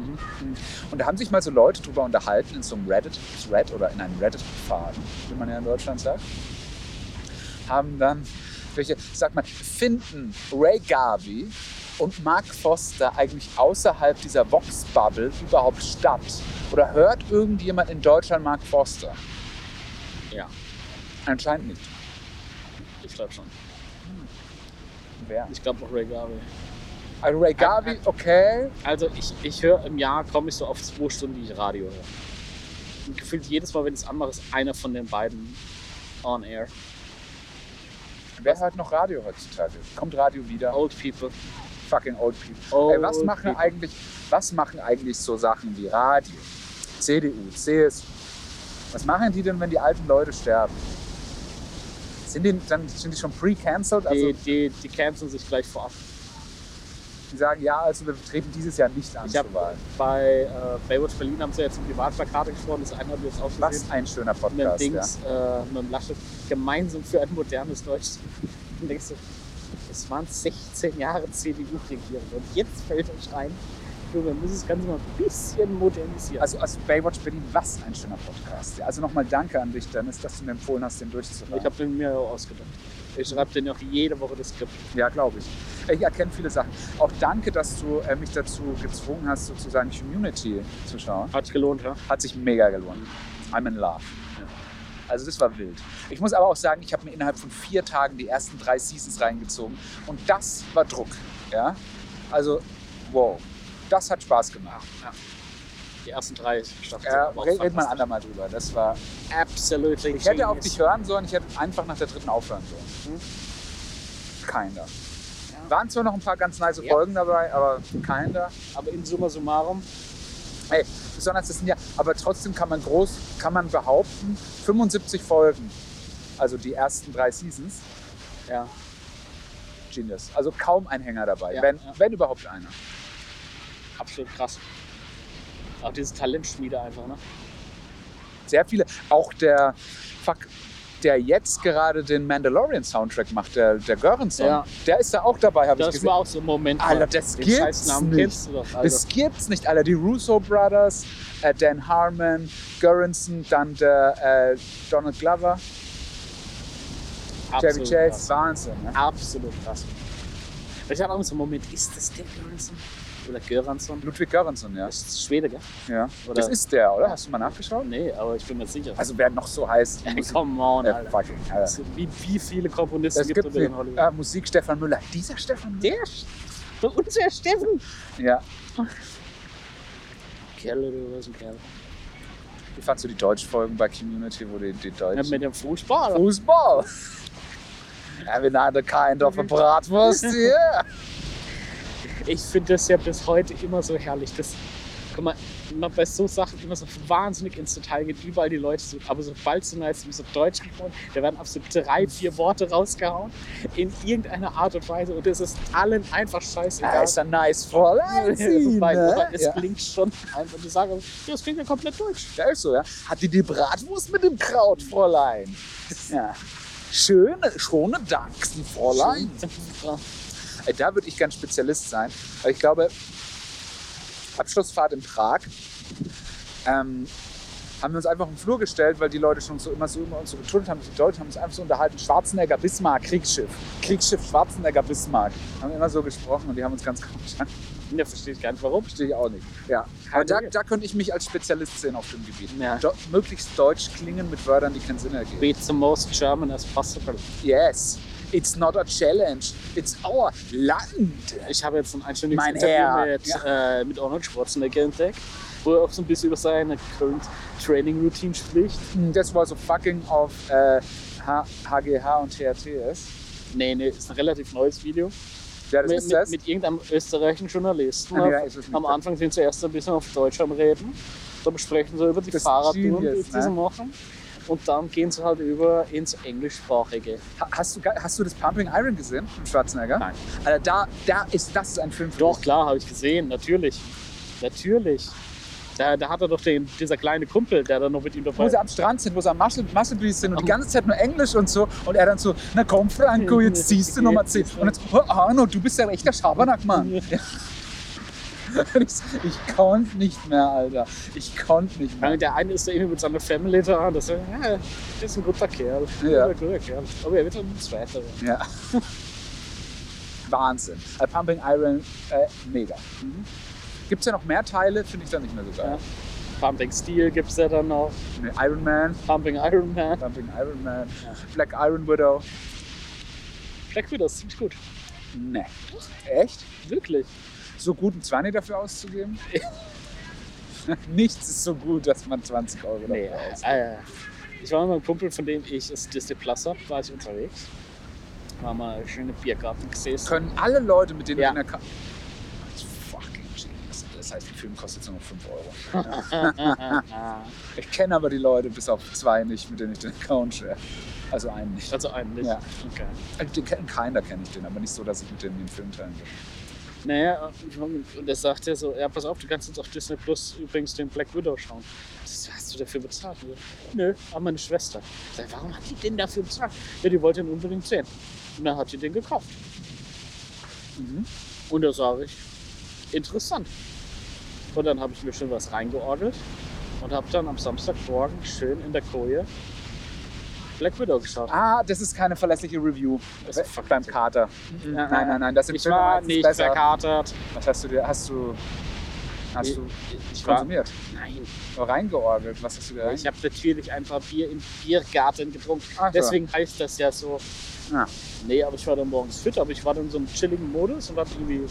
S2: Und da haben sich mal so Leute drüber unterhalten in so einem Reddit-Thread oder in einem Reddit-Faden, wie man ja in Deutschland sagt. Haben dann welche, sag mal, finden Ray Garvey und Mark Foster eigentlich außerhalb dieser Vox-Bubble überhaupt statt? Oder hört irgendjemand in Deutschland Mark Foster?
S3: Ja,
S2: Anscheinend nicht.
S3: ich glaube schon.
S2: Wer?
S3: Ich glaube noch Ray Garvey.
S2: Also Ray Garvey, okay.
S3: Also ich, ich höre im Jahr, komme ich so auf zwei Stunden, die ich Radio höre. Und gefühlt jedes Mal, wenn ich es anmache, ist einer von den beiden on air.
S2: Wer hört noch Radio heutzutage? Kommt Radio wieder? Oh,
S3: Old People.
S2: Fucking old people.
S3: Old
S2: Ey, was machen
S3: people.
S2: eigentlich, was machen eigentlich so Sachen wie Radio, CDU, CSU? Was machen die denn, wenn die alten Leute sterben? Sind die, dann, sind die schon pre-cancelled? Also
S3: Die, die, die canceln sich gleich vorab.
S2: die sagen, ja, also wir treten dieses Jahr nicht an
S3: Ich hab-
S2: zur Wahl.
S3: Bei äh, Baywatch Berlin haben sie jetzt um die Wahlplakate gesprochen, das eine haben wir jetzt auch gesehen.
S2: Was ein schöner
S3: mit dem
S2: Podcast, ja.
S3: Dings, äh, mit dem Laschet, gemeinsam für ein modernes Deutschland. [LAUGHS] Und denkst du, es waren 16 Jahre CDU-Regierung und jetzt fällt euch ein, Junge, wir müssen das Ganze mal ein bisschen modernisieren.
S2: Also, also Baywatch Berlin, was ein schöner Podcast. Ja. Also nochmal danke an dich, Dennis, dass du mir empfohlen hast, den durchzufahren.
S3: Also, ich habe den mir auch ausgedacht. Ich schreibe den auch jede Woche das Skript.
S2: Ja, glaube ich. Ich erkenne viele Sachen. Auch danke, dass du äh, mich dazu gezwungen hast, sozusagen Community zu schauen.
S3: Hat sich gelohnt, ja?
S2: Hat sich mega gelohnt. I'm in love. Also das war wild. Ich muss aber auch sagen, ich habe mir innerhalb von vier Tagen die ersten drei Seasons reingezogen und das war Druck. Ja? Also, wow. Das hat Spaß gemacht.
S3: Die ersten drei Staffeln.
S2: Ja,
S3: sind aber auch
S2: red, red mal
S3: fantastisch.
S2: andermal drüber. Das war.
S3: Absolutely.
S2: Ich hätte auf
S3: genius.
S2: dich hören sollen, ich hätte einfach nach der dritten aufhören sollen. Keiner.
S3: Hm? Ja.
S2: Waren zwar noch ein paar ganz nice
S3: Ja.
S2: Folgen dabei, aber keiner.
S3: Aber in Summa summarum,
S2: Ey, besonders das sind ja, aber trotzdem kann man groß, kann man behaupten, 75 Folgen, also die ersten drei Seasons,
S3: ja.
S2: Genius. Also kaum ein Hänger dabei,
S3: Ja,
S2: wenn,
S3: ja.
S2: wenn überhaupt einer.
S3: absolut krass. Auch diese Talentschmiede einfach, ne?
S2: Sehr viele, auch der, fuck, der jetzt gerade den Mandalorian-Soundtrack macht, der, der Göransson,
S3: Ja.
S2: der ist da auch dabei, habe ich
S3: Das
S2: gesehen.
S3: war auch so ein Moment.
S2: Alter,
S3: Mann.
S2: das
S3: Den
S2: gibt's
S3: Scheißnamen
S2: nicht.
S3: kennst du doch. Also,
S2: Das gibt's nicht, Alter. Die Russo Brothers, äh, Dan Harmon, Göransson, dann der äh, Donald Glover, Chevy
S3: absolut
S2: Chase,
S3: krass.
S2: Wahnsinn. Ne?
S3: Absolut krass. Ich hatte auch so einen Moment, ist das der Göransson? Oder Göransson?
S2: Ludwig Göransson, ja.
S3: Das ist Schwede, gell?
S2: ja.
S3: Oder-
S2: Das ist der, oder? Hast du mal nachgeschaut?
S3: Nee, aber ich bin mir sicher.
S2: Also wer noch so heißt,
S3: Ey,
S2: Musik-
S3: come on,
S2: äh,
S3: Alter.
S2: fucking, Alter.
S3: Also, Wie, wie viele Komponisten
S2: Es
S3: gibt es
S2: gibt
S3: in Hollywood?
S2: äh, Musik Stefan Müller. Dieser Stefan Müller?
S3: Der, bei uns der Steffen.
S2: Ja.
S3: Kerl, du bist ein Kerl.
S2: Wie fandst du die Deutschfolgen bei Community, wo die, die
S3: Ja,
S2: Deutschen...
S3: mit dem Fußball. [LAUGHS]
S2: Fußball! Have another kind of a
S3: [LAUGHS]
S2: Bratwurst hier.
S3: Ich finde das ja bis heute immer so herrlich. Das, guck mal, man bei so Sachen immer so wahnsinnig ins Detail geht, überall die Leute so, aber sobald so nice so Deutsch geworden, da werden absolut drei, vier Worte rausgehauen in irgendeiner Art und Weise und es ist allen einfach
S2: Ja,
S3: scheißegal.
S2: ist ein nice Fräulein. sie,
S3: Wobei,
S2: ne?
S3: wobei, es
S2: ja.
S3: klingt schon einfach. Die sagen, das klingt ja komplett deutsch.
S2: Ja, ist so, ja. Hat die die Bratwurst mit dem Kraut, Fräulein? Ja. Schöne, schöne Dank, Sie
S3: [LAUGHS]
S2: Fräulein. Äh, Da würde ich gern Spezialist sein. Weil ich glaube, Abschlussfahrt in Prag ähm, haben wir uns einfach im Flur gestellt, weil die Leute schon so immer so immer uns so getunnelt haben, die Deutschen haben uns einfach so unterhalten. Schwarzenegger Bismarck, Kriegsschiff. Kriegsschiff Schwarzenegger Bismarck. Haben immer so gesprochen und die haben uns ganz komisch an.
S3: Ne, verstehe ich gar nicht warum.
S2: Verstehe ich auch nicht. Ja.
S3: Keine
S2: Aber da,
S3: Idee.
S2: da könnte ich mich als Spezialist sehen auf dem Gebiet.
S3: Ja.
S2: Do möglichst deutsch klingen mit Wörtern, die keinen Sinn ergeben.
S3: Be the most German as possible.
S2: Yes. It's not a challenge. It's our land.
S3: Ich habe jetzt ein einstündiges
S2: Mein
S3: Interview
S2: Herr.
S3: mit, äh, mit Arnold Schwarzenegger entdeckt, wo er auch so ein bisschen über seine Current Training Routine spricht.
S2: Hm, Das war so fucking auf äh, H HGH und THTS.
S3: Nee, nee, ist ein relativ neues Video.
S2: Ja, das
S3: mit,
S2: ist das.
S3: Mit, mit irgendeinem österreichischen Journalisten.
S2: Ah, nee,
S3: Auf-
S2: da ist es nicht.
S3: am Anfang sind sie erst ein bisschen auf Deutsch am Reden. Dann besprechen sie über die
S2: Das
S3: Fahrradtouren, die
S2: Genius,
S3: sie so
S2: ne?
S3: machen. Und dann gehen sie halt über ins Englischsprachige.
S2: Ha- Hast du, ge- hast du das Pumping Iron gesehen von Schwarzenegger?
S3: Nein.
S2: Alter, da, da ist, das ist ein Film für
S3: Doch,
S2: dich.
S3: klar, habe ich gesehen, natürlich. Natürlich. Da, da hat er doch den, dieser kleine Kumpel, der dann noch mit ihm dabei
S2: Wo sie am Strand sind, wo sie am Muscle, Muscle Beach sind und die
S3: Am-
S2: ganze Zeit nur Englisch und so. Und er dann so, na komm Franco,
S3: [LAUGHS]
S2: jetzt ziehst du nochmal 10. Und jetzt, oh Arno, du bist ja ein echter Schabernack, Mann. [LAUGHS] Ja. Ich, ich konnte nicht mehr, Alter. Ich konnte nicht
S3: Ja,
S2: mehr.
S3: Der eine ist da irgendwie mit seiner Family da, das ist, ja, das ist ein guter Kerl.
S2: Ja.
S3: Ein guter Kerl. Aber er wird dann ein Zweiter.
S2: Ja. [LAUGHS] Wahnsinn. Also Pumping Iron, äh, mega. Mhm. Gibt es ja noch mehr Teile, finde ich dann nicht mehr so geil.
S3: Pumping Steel gibt es ja dann noch,
S2: Nee, Iron Man,
S3: Pumping Iron Man.
S2: Pumping Iron Man,
S3: Ja.
S2: Black Iron Widow.
S3: Black Widow ist ziemlich gut.
S2: Nee. Echt?
S3: Wirklich.
S2: So gut einen 20 dafür auszugeben? [LAUGHS] Nichts ist so gut, dass man 20 Euro dafür
S3: Nee,
S2: ausgibt.
S3: äh, ich war mit meinem Kumpel, von dem ich das Disney Plus hab, war ich unterwegs. War mal schöne Biergarten gesessen.
S2: Können alle Leute, mit denen
S3: Ja.
S2: du in der Ka Das ist Fucking genius. Das heißt, der Film kostet nur noch 5 Euro.
S3: Ah,
S2: Ich kenne aber die Leute bis auf zwei nicht, mit denen ich den Account share. Also einen nicht.
S3: also einen nicht.
S2: Ja.
S3: Okay.
S2: Also Den kennt keiner, kenne ich den, aber nicht so, dass ich mit dem den Film teilen will.
S3: Naja, und er sagt ja so, ja pass auf, du kannst jetzt auf Disney Plus übrigens den Black Widow schauen. Ich so, Hast du dafür bezahlt? Und so, Nö, aber meine Schwester. Ich sag, warum hat die denn dafür bezahlt? Ja, die wollte ihn unbedingt sehen. Und dann hat die den gekauft.
S2: Mhm.
S3: Und da sage ich, interessant. Und dann habe ich mir schön was reingeordnet und habe dann am Samstagmorgen schön in der Koje Black Widow geschaut.
S2: Ah, das ist keine verlässliche Review.
S3: Das ist fucking
S2: beim
S3: so.
S2: Kater.
S3: Nein,
S2: mm, Nein, nein, nein, das sind
S3: Ich
S2: Filme
S3: war
S2: meistens
S3: nicht
S2: besser.
S3: verkatert.
S2: Was hast du dir, hast du, hast du
S3: ich war,
S2: konsumiert?
S3: nein,
S2: Oder reingeorgelt? Was hast du da rein?
S3: ich habe natürlich ein paar Bier im Biergarten getrunken.
S2: Ach so.
S3: Deswegen heißt das ja so.
S2: Ah.
S3: Nee, aber ich war dann morgens fit, aber ich war dann in so einem chilligen Modus und hatte irgendwie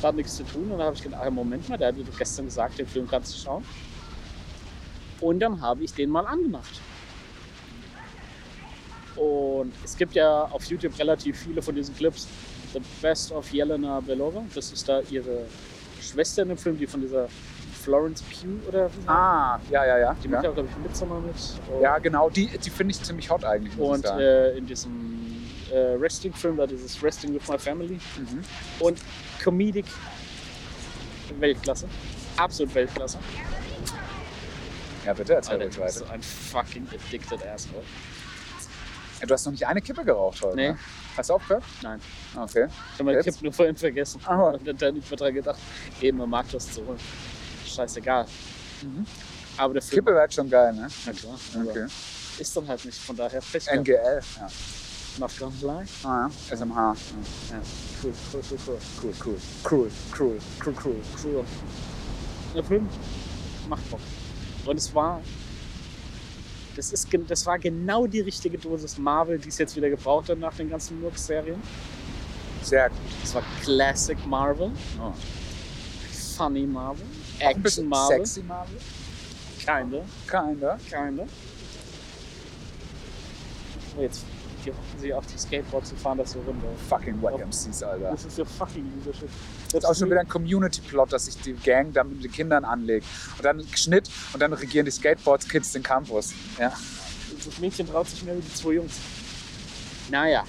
S3: gerade nichts zu tun. Und dann habe ich gedacht, ah, Moment mal, der hat mir doch gestern gesagt, den Film kannst du schauen. Und dann habe ich den mal angemacht. Und es gibt ja auf YouTube relativ viele von diesen Clips. The Best of Yelena Belova, das ist da ihre Schwester in dem Film, die von dieser Florence Pugh oder wie sie
S2: Ah, ja, ja, ja.
S3: die macht
S2: Ja,
S3: ja, glaube ich, Midsommar mit. Und,
S2: ja genau, die, die finde ich ziemlich hot eigentlich. Muss
S3: und
S2: ich sagen.
S3: äh, in diesem äh, Wrestling-Film, da dieses Wrestling with My Family.
S2: mhm.
S3: Und Comedic Weltklasse. Absolut Weltklasse. äh,
S2: Ja, bitte, erzähl
S3: Alter,
S2: ruhig
S3: du bist so
S2: weiter.
S3: ein fucking addicted asshole.
S2: Ja, Du hast noch nicht eine Kippe geraucht heute,
S3: Nee.
S2: ne? Hast du aufgehört?
S3: Nein.
S2: Okay.
S3: Ich habe meinen
S2: Jetzt?
S3: Kipp nur vorhin vergessen.
S2: Ah.
S3: Und dann- dann ich mir dran gedacht, eben am Markt was zu holen. Scheißegal.
S2: Mhm.
S3: Aber der Film.
S2: Kippe wäre schon geil, ne?
S3: Na klar. aber
S2: Okay.
S3: Ist dann halt nicht. Von daher Pech gehabt.
S2: NGL. Ja.
S3: Not gonna lie.
S2: Ah, ja. SMH. Mhm.
S3: Ja. Cool, cool, cool, cool.
S2: Cool, cool. Cool, cool, cool, cool.
S3: Cool. Der Film macht Bock. Und es war. Das, ist, gen- das war genau die richtige Dosis Marvel, die es jetzt wieder gebraucht hat nach den ganzen Murks-Serien.
S2: Sehr gut.
S3: Es war Classic Marvel,
S2: Oh.
S3: Funny Marvel,
S2: Ein bisschen
S3: Action Marvel.
S2: sexy Marvel.
S3: Kinda,
S2: Kinda.
S3: kinda. Oh, jetzt die hoffen sie auf die Skateboards und fahren das so runter.
S2: Fucking Wack MCs, Alter.
S3: Das ist ja fucking dieser Shit. Hm.
S2: Jetzt auch schon wieder ein Community-Plot, dass sich die Gang dann mit den Kindern anlegt. Und dann Schnitt und dann regieren die Skateboards-Kids den Campus. Ja.
S3: Das Mädchen traut sich mehr wie die zwei Jungs. Naja,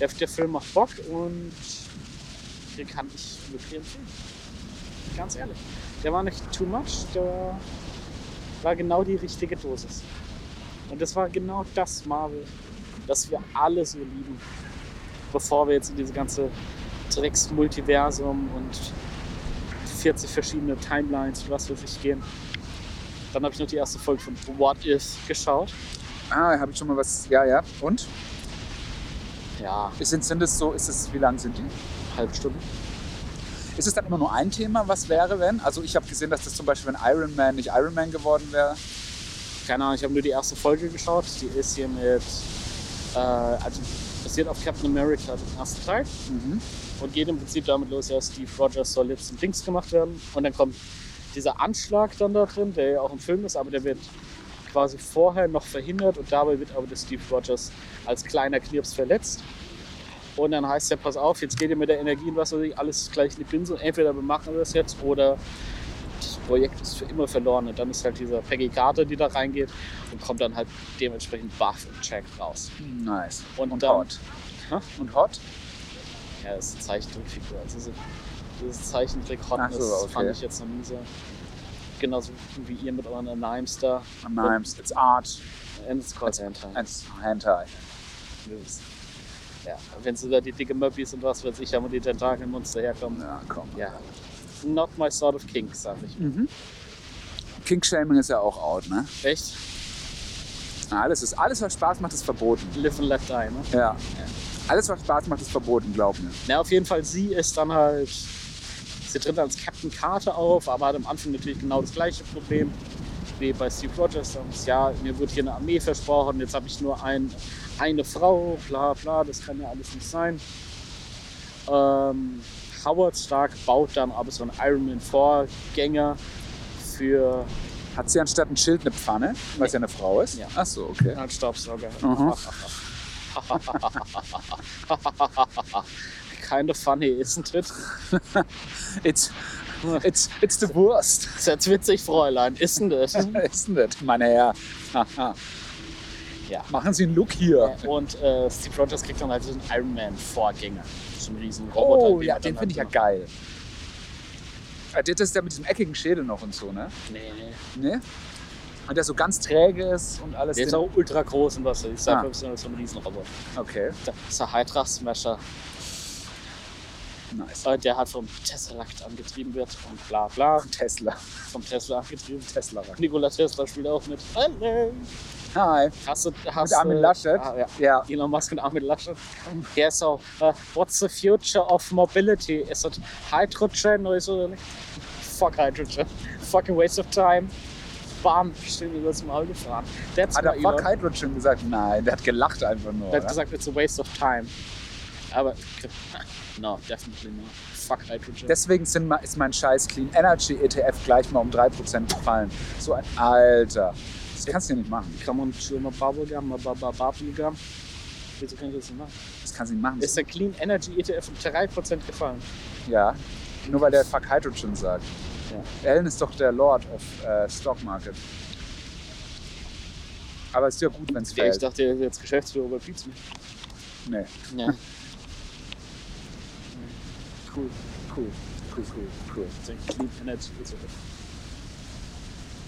S3: der, der Film macht Bock und den kann ich wirklich empfehlen. Ganz ehrlich. Der war nicht too much, der war genau die richtige Dosis. Und das war genau das Marvel, das wir alle so lieben, bevor wir jetzt in diese ganze Drecks-Multiversum und 40 verschiedene Timelines und was weiß ich gehen. Dann habe ich noch die erste Folge von What If geschaut.
S2: Ah, habe ich schon mal was. Ja, ja. Und?
S3: Ja,
S2: Ist, sind, sind es so, ist es, wie lang sind die?
S3: halbe Stunde.
S2: Ist es dann immer nur ein Thema, was wäre, wenn? Also ich habe gesehen, dass das zum Beispiel, wenn Iron Man nicht Iron Man geworden wäre.
S3: Keine Ahnung, ich habe nur die erste Folge geschaut. Die ist hier mit, äh, also basiert auf Captain America, den ersten Teil.
S2: Mhm.
S3: und geht im Prinzip damit los, ja, Steve Rogers soll jetzt ein Dings gemacht werden. Und dann kommt dieser Anschlag dann da drin, der ja auch im Film ist, aber der wird quasi vorher noch verhindert und dabei wird aber der Steve Rogers als kleiner Knirps verletzt. Und dann heißt ja, pass auf, jetzt geht ihr mit der Energie und was weiß ich, alles gleich in die Binsen. Entweder wir machen das jetzt oder das Projekt ist für immer verloren. Und dann ist halt dieser Peggy Carter, die da reingeht und kommt dann halt dementsprechend buff und checkt raus.
S2: Nice.
S3: Und,
S2: Und
S3: dann,
S2: hot.
S3: Hä?
S2: Und hot?
S3: Ja, das ist eine Zeichentrickfigur. Also so, dieses Zeichentrick
S2: Ach
S3: Hotness
S2: so, okay.
S3: fand ich jetzt noch nie so. Genauso wie ihr mit euren Nimes da.
S2: Nimes. It's art.
S3: And it's called Hentai.
S2: It's hentai.
S3: Ja, wenn sogar die dicke Möppis und was weiß ich haben und die Tentakelmonster herkommen.
S2: Na komm.
S3: Ja. Not my sort of kink, sag ich.
S2: Mhm. King-Shaming ist ja auch out, ne?
S3: Echt?
S2: Alles, ist, alles, was Spaß macht, ist verboten.
S3: Live and let die, ne?
S2: Ja. Alles, was Spaß macht, ist verboten, glaub mir.
S3: Na, auf jeden Fall, sie ist dann halt. Sie tritt als Captain Carter auf, aber hat am Anfang natürlich genau das gleiche Problem wie bei Steve Rogers. Sonst, ja, mir wird hier eine Armee versprochen, jetzt habe ich nur ein, eine Frau, bla bla, das kann ja alles nicht sein. Ähm, Howard Stark baut dann aber so einen Iron Man-Vorgänger für
S2: Hat sie anstatt ein Schild eine Pfanne, weil sie ja eine Frau ist?
S3: Ja.
S2: Ach so, okay.
S3: einen Staubsauger.
S2: Mhm.
S3: [LAUGHS] Kind of funny, isn't it?
S2: It's, it's, it's the worst.
S3: Ist jetzt witzig, Fräulein, isn't it?
S2: ist denn das, mein Herr? Haha.
S3: Ja.
S2: Machen Sie einen Look hier.
S3: Und äh, Steve Rogers kriegt dann halt so einen Iron Man-Vorgänger. So einen riesen Roboter.
S2: Oh, ja, den finde ich ja geil. Ah, Das ist der mit diesem eckigen Schädel noch und so, ne?
S3: Nee, nee.
S2: Ne? Und der so ganz träge ist und alles.
S3: Der ist
S2: den-
S3: auch ultra groß und was weiß ich.
S2: Ah.
S3: Sag mal, halt so ein Riesenroboter.
S2: okay,
S3: Das ist der Hydra-Smasher,
S2: nice.
S3: äh, der halt vom Tesseract angetrieben wird und bla bla.
S2: Tesla. [LAUGHS]
S3: Vom Tesla angetrieben.
S2: Tesla.
S3: Nikola Tesla spielt auch mit. Hallo.
S2: Hi.
S3: Hast du, hast du-
S2: Armin Laschet?
S3: Ah, ja.
S2: Ja.
S3: Elon Musk und Armin Laschet. Der ist auch, äh, what's the future of mobility? Is it hydrogen oder so? Fuck hydrogen. Fucking waste of time. Bam, stehen wir übers Maul gefahren. That's
S2: Hat
S3: my
S2: der Fuck
S3: Elon.
S2: Hydrogen schon gesagt? Nein, der hat gelacht einfach nur.
S3: Der hat
S2: oder?
S3: gesagt, it's a waste of time. Aber, [LAUGHS] no, definitely not. Fuck hydrogen.
S2: Deswegen sind, ma- ist mein scheiß Clean Energy ETF gleich mal um 3% gefallen. So ein Alter. Das kannst du ja nicht machen.
S3: Come on, chew my bubblegum, my bubba bubblegum. Wieso kann ich das nicht machen?
S2: Das kannst du nicht machen.
S3: Ist der Clean Energy ETF um 3% gefallen?
S2: Ja, nur weil der Fuck Hydrogen sagt.
S3: Ja.
S2: Ellen ist doch der Lord of äh, Stock Market. Aber ist ja gut, wenn es
S3: Der, ich
S2: fällt.
S3: dachte, der ist jetzt Geschäftsführer bei Pizza.
S2: Nee.
S3: [LAUGHS] Ja. cool.
S2: Cool, cool, cool, cool.
S3: So ein Clean Energy ist so.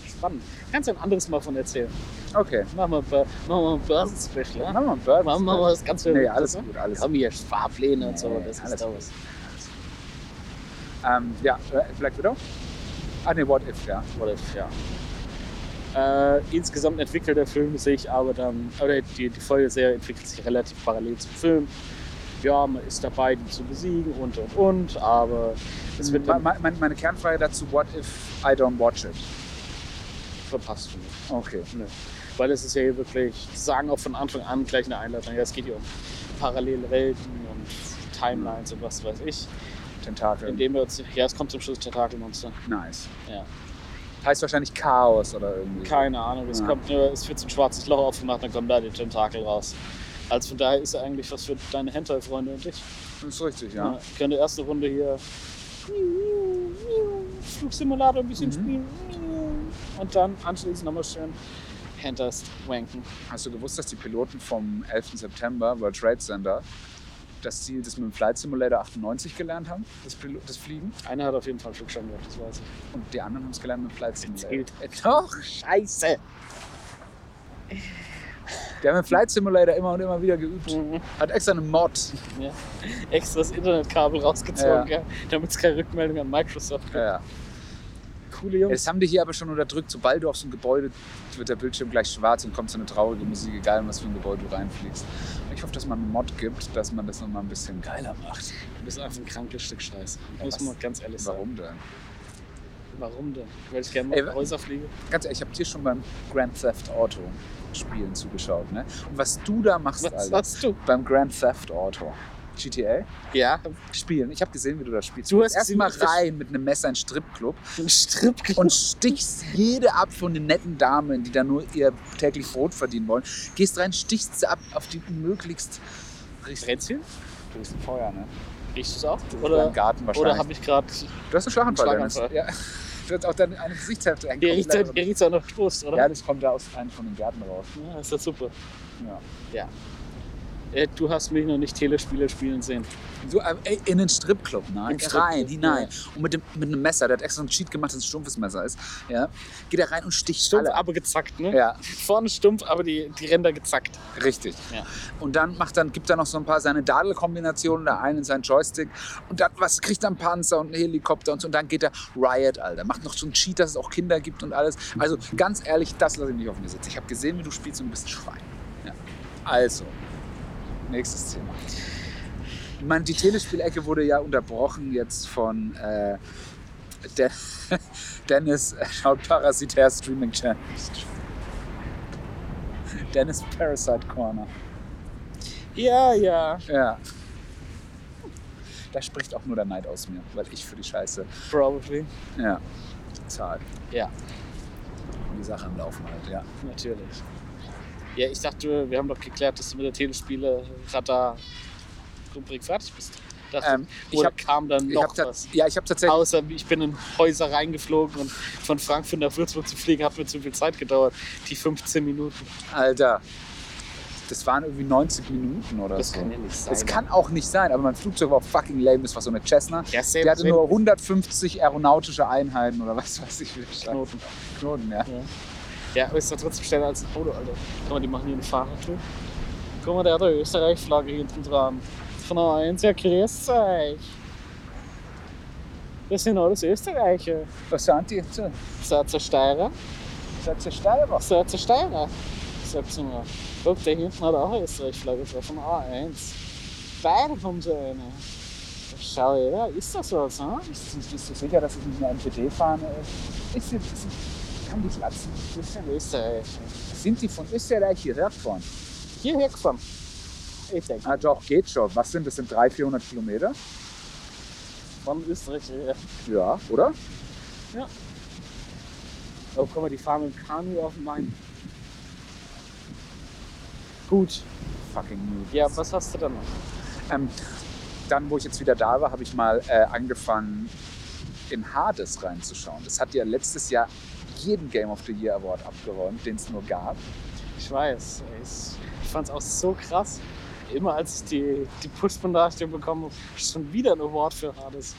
S3: Spannend. Kannst du ein anderes Mal von erzählen.
S2: Okay.
S3: Machen wir ein Bör- machen wir ein Börsenspecial. ja?
S2: Machen wir einen Bird.
S3: Machen wir mal das ganze.
S2: Nee, alles gut, alles
S3: Haben ne? hier Sparpläne und so.
S2: Nee,
S3: Das
S2: alles
S3: ist da was.
S2: Ähm, ja, äh, Black Widow? Ah, nee, What If, ja.
S3: What if, ja. Äh, insgesamt entwickelt der Film sich aber dann, oder die, die Folgeserie entwickelt sich relativ parallel zum Film. Ja, man ist dabei, die zu besiegen und und und, aber es wird
S2: Me-
S3: dann
S2: me- meine, meine Kernfrage dazu, What If I Don't Watch It?
S3: verpasst für mich.
S2: Okay.
S3: Nö. Ne. Weil es ist ja hier wirklich, sie sagen auch von Anfang an gleich eine Einleitung, ja, es geht hier um parallele Welten und Timelines und was weiß ich.
S2: Tentakel.
S3: Indem wir uns, ja, es kommt zum Schluss Tentakelmonster.
S2: Nice.
S3: Ja.
S2: Heißt wahrscheinlich Chaos oder irgendwie. so.
S3: Keine Ahnung, es
S2: Ja.
S3: kommt nur, es wird so ein schwarzes Loch aufgemacht, dann kommen da die Tentakel raus. Also von daher ist er eigentlich was für deine Hentai-Freunde und dich.
S2: Das ist richtig, ja.
S3: Ja, können die erste Runde hier Flugsimulator ein bisschen
S2: Mhm.
S3: spielen und dann anschließend nochmal schön Hentai wanken.
S2: Hast du gewusst, dass die Piloten vom 11. September World Trade Center, dass sie das mit dem Flight Simulator 98 gelernt haben, das, Pilo das Fliegen?
S3: Einer hat auf jeden Fall Flugschein gehabt, das weiß ich.
S2: Und die anderen haben Äh, es gelernt mit dem Flight Simulator.
S3: Erzählt.
S2: Äh, Doch!
S3: Scheiße.
S2: Wir haben im Flight Simulator immer und immer wieder geübt.
S3: Mhm.
S2: Hat extra eine Mod.
S3: Ja. Extra das Internetkabel rausgezogen,
S2: Ja.
S3: ja. damit es keine Rückmeldung an Microsoft gibt.
S2: Ja.
S3: Coole Jungs.
S2: Jetzt haben die hier aber schon unterdrückt. Sobald du auf so ein Gebäude wird der Bildschirm gleich schwarz und kommt so eine traurige Musik, egal in was für ein Gebäude du reinfliegst. Ich hoffe, dass man einen Mod gibt, dass man das nochmal ein bisschen geiler macht.
S3: Du bist einfach ein krankes Stück Scheiße.
S2: Ja,
S3: Muss
S2: was?
S3: man ganz ehrlich
S2: Warum denn?
S3: sagen. Warum denn? Weil ich gerne mal
S2: Ey,
S3: auf
S2: wa-
S3: Häuser fliege.
S2: Ganz ehrlich, ich habe dir schon beim Grand Theft Auto Spielen zugeschaut. Ne? Und was du da machst,
S3: Was
S2: Alter,
S3: hast du?
S2: beim Grand Theft Auto. GTA?
S3: Ja,
S2: Spielen. Ich habe gesehen, wie du das spielst.
S3: Du hast
S2: erst
S3: gesehen,
S2: mal
S3: wie ich das-
S2: rein mit einem Messer in den
S3: [LAUGHS]
S2: Stripclub
S3: ein Stripclub.
S2: und stichst jede ab von den netten Damen, die da nur ihr täglich Brot verdienen wollen. Gehst rein, stichst sie ab auf die möglichst.
S3: Brenzchen?
S2: Du bist ein Feuer, ne?
S3: Riechst du es auch?
S2: Oder im
S3: Oder,
S2: Garten wahrscheinlich.
S3: oder habe ich gerade.
S2: du hast einen Schlaganfall,
S3: einen
S2: Dennis. Ja. [LAUGHS] Du hast auch deine eine Gesichtshälfte hängt
S3: Der riecht
S2: komplett
S3: doch- der riecht auch noch Trost,
S2: drin.
S3: oder?
S2: Ja, das kommt da aus einem von den Gärten raus.
S3: Ja, ist ja super.
S2: Ja.
S3: Äh, du hast mich noch nicht Telespiele spielen sehen.
S2: So, äh, ey, in den Stripclub, nein.
S3: In den
S2: rein,
S3: Stripclub,
S2: hinein. Und mit, dem, mit einem Messer, der hat extra einen Cheat gemacht, dass es ein stumpfes Messer ist. Ja. Geht er rein und sticht
S3: Stumpf,
S2: alle ab.
S3: aber gezackt, ne?
S2: Ja,
S3: Vorne stumpf, aber die, die Ränder gezackt.
S2: Richtig.
S3: Ja.
S2: Und dann macht dann, gibt er noch so ein paar seine Dadelkombinationen da ein in seinen Joystick und dann was kriegt er einen Panzer und einen Helikopter und so und dann geht er Riot, Alter. Macht noch so einen Cheat, dass es auch Kinder gibt und alles. Also ganz ehrlich, das lasse ich nicht auf mir sitzen. Ich habe gesehen, wie du spielst und du bist ein Schwein. Ja. Also, nächstes Thema. Ich meine, die Telespielecke wurde ja unterbrochen jetzt von äh, De [LAUGHS] Dennis äh, schaut Parasitär Streaming Channel. Dennis Parasite Corner.
S3: Ja, ja.
S2: Ja. Da spricht auch nur der Neid aus mir, weil ich für die Scheiße.
S3: Probably.
S2: Ja. Zahl.
S3: Ja,
S2: Die Sache am Laufen halt, ja.
S3: natürlich. Ja, ich dachte, wir haben doch geklärt, dass du mit der Telespiele Radar Rubrik fertig bist. Dachte,
S2: Ähm, ich
S3: oder
S2: hab-
S3: kam dann
S2: Ich
S3: noch
S2: hab ta-
S3: was.
S2: ja, ich habe tatsächlich.
S3: Außer ich bin in Häuser reingeflogen und von Frankfurt nach Würzburg zu fliegen hat mir zu viel Zeit gedauert. Die 15 Minuten.
S2: Alter. Das waren irgendwie 90 Minuten oder
S3: Das
S2: so.
S3: kann ja nicht sein.
S2: das kann auch nicht sein, aber mein Flugzeug war auch fucking lame, das war so eine Cessna.
S3: ja,
S2: Die hatte
S3: wenn-
S2: nur 150 aeronautische Einheiten oder was weiß ich. wie der Scheiß-
S3: Knoten.
S2: Knoten, ja.
S3: Ja, aber ist doch trotzdem schneller als ein Auto, Alter. Guck mal, die machen hier eine Fahrradtour. Guck mal, der hat eine Österreich-Flagge hinten dran. Von eins, ja, grüß euch. Das sind alles Österreicher.
S2: Was sind die jetzt?
S3: Seid ihr Steirer?
S2: Seid ihr Steirer?
S3: Seid ihr Steirer? Sagt sie mir. Guck, der hinten hat auch eine Österreich-Flagge drauf, von A1. Beide haben so eine. Schau, ja, ist das was, ne?
S2: Bist du- Bist du sicher, dass es nicht eine MPD-Fahne ist? Ist die, ist die, haben die Glatzen?
S3: Das sind Österreicher.
S2: Sind die von Österreich hierher gefahren?
S3: Hierher gefahren. Ich denke,
S2: Ah, doch, geht schon. Was sind das? Sind 300, 400 Kilometer?
S3: von Österreich hierher.
S2: Ja, oder?
S3: Oh, guck mal, die fahren mit dem Kanu auf dem Main. Gut.
S2: Fucking Nudes.
S3: Ja, was hast du dann noch?
S2: Ähm, dann, wo ich jetzt wieder da war, habe ich mal äh, angefangen, in Hades reinzuschauen. Das hat ja letztes Jahr jeden Game of the Year Award abgeräumt, den es nur gab.
S3: Ich weiß, ey, ich, ich fand's auch so krass. Immer als ich die, die Push-Benachrichtigung bekommen habe, schon wieder ein Award für Hades.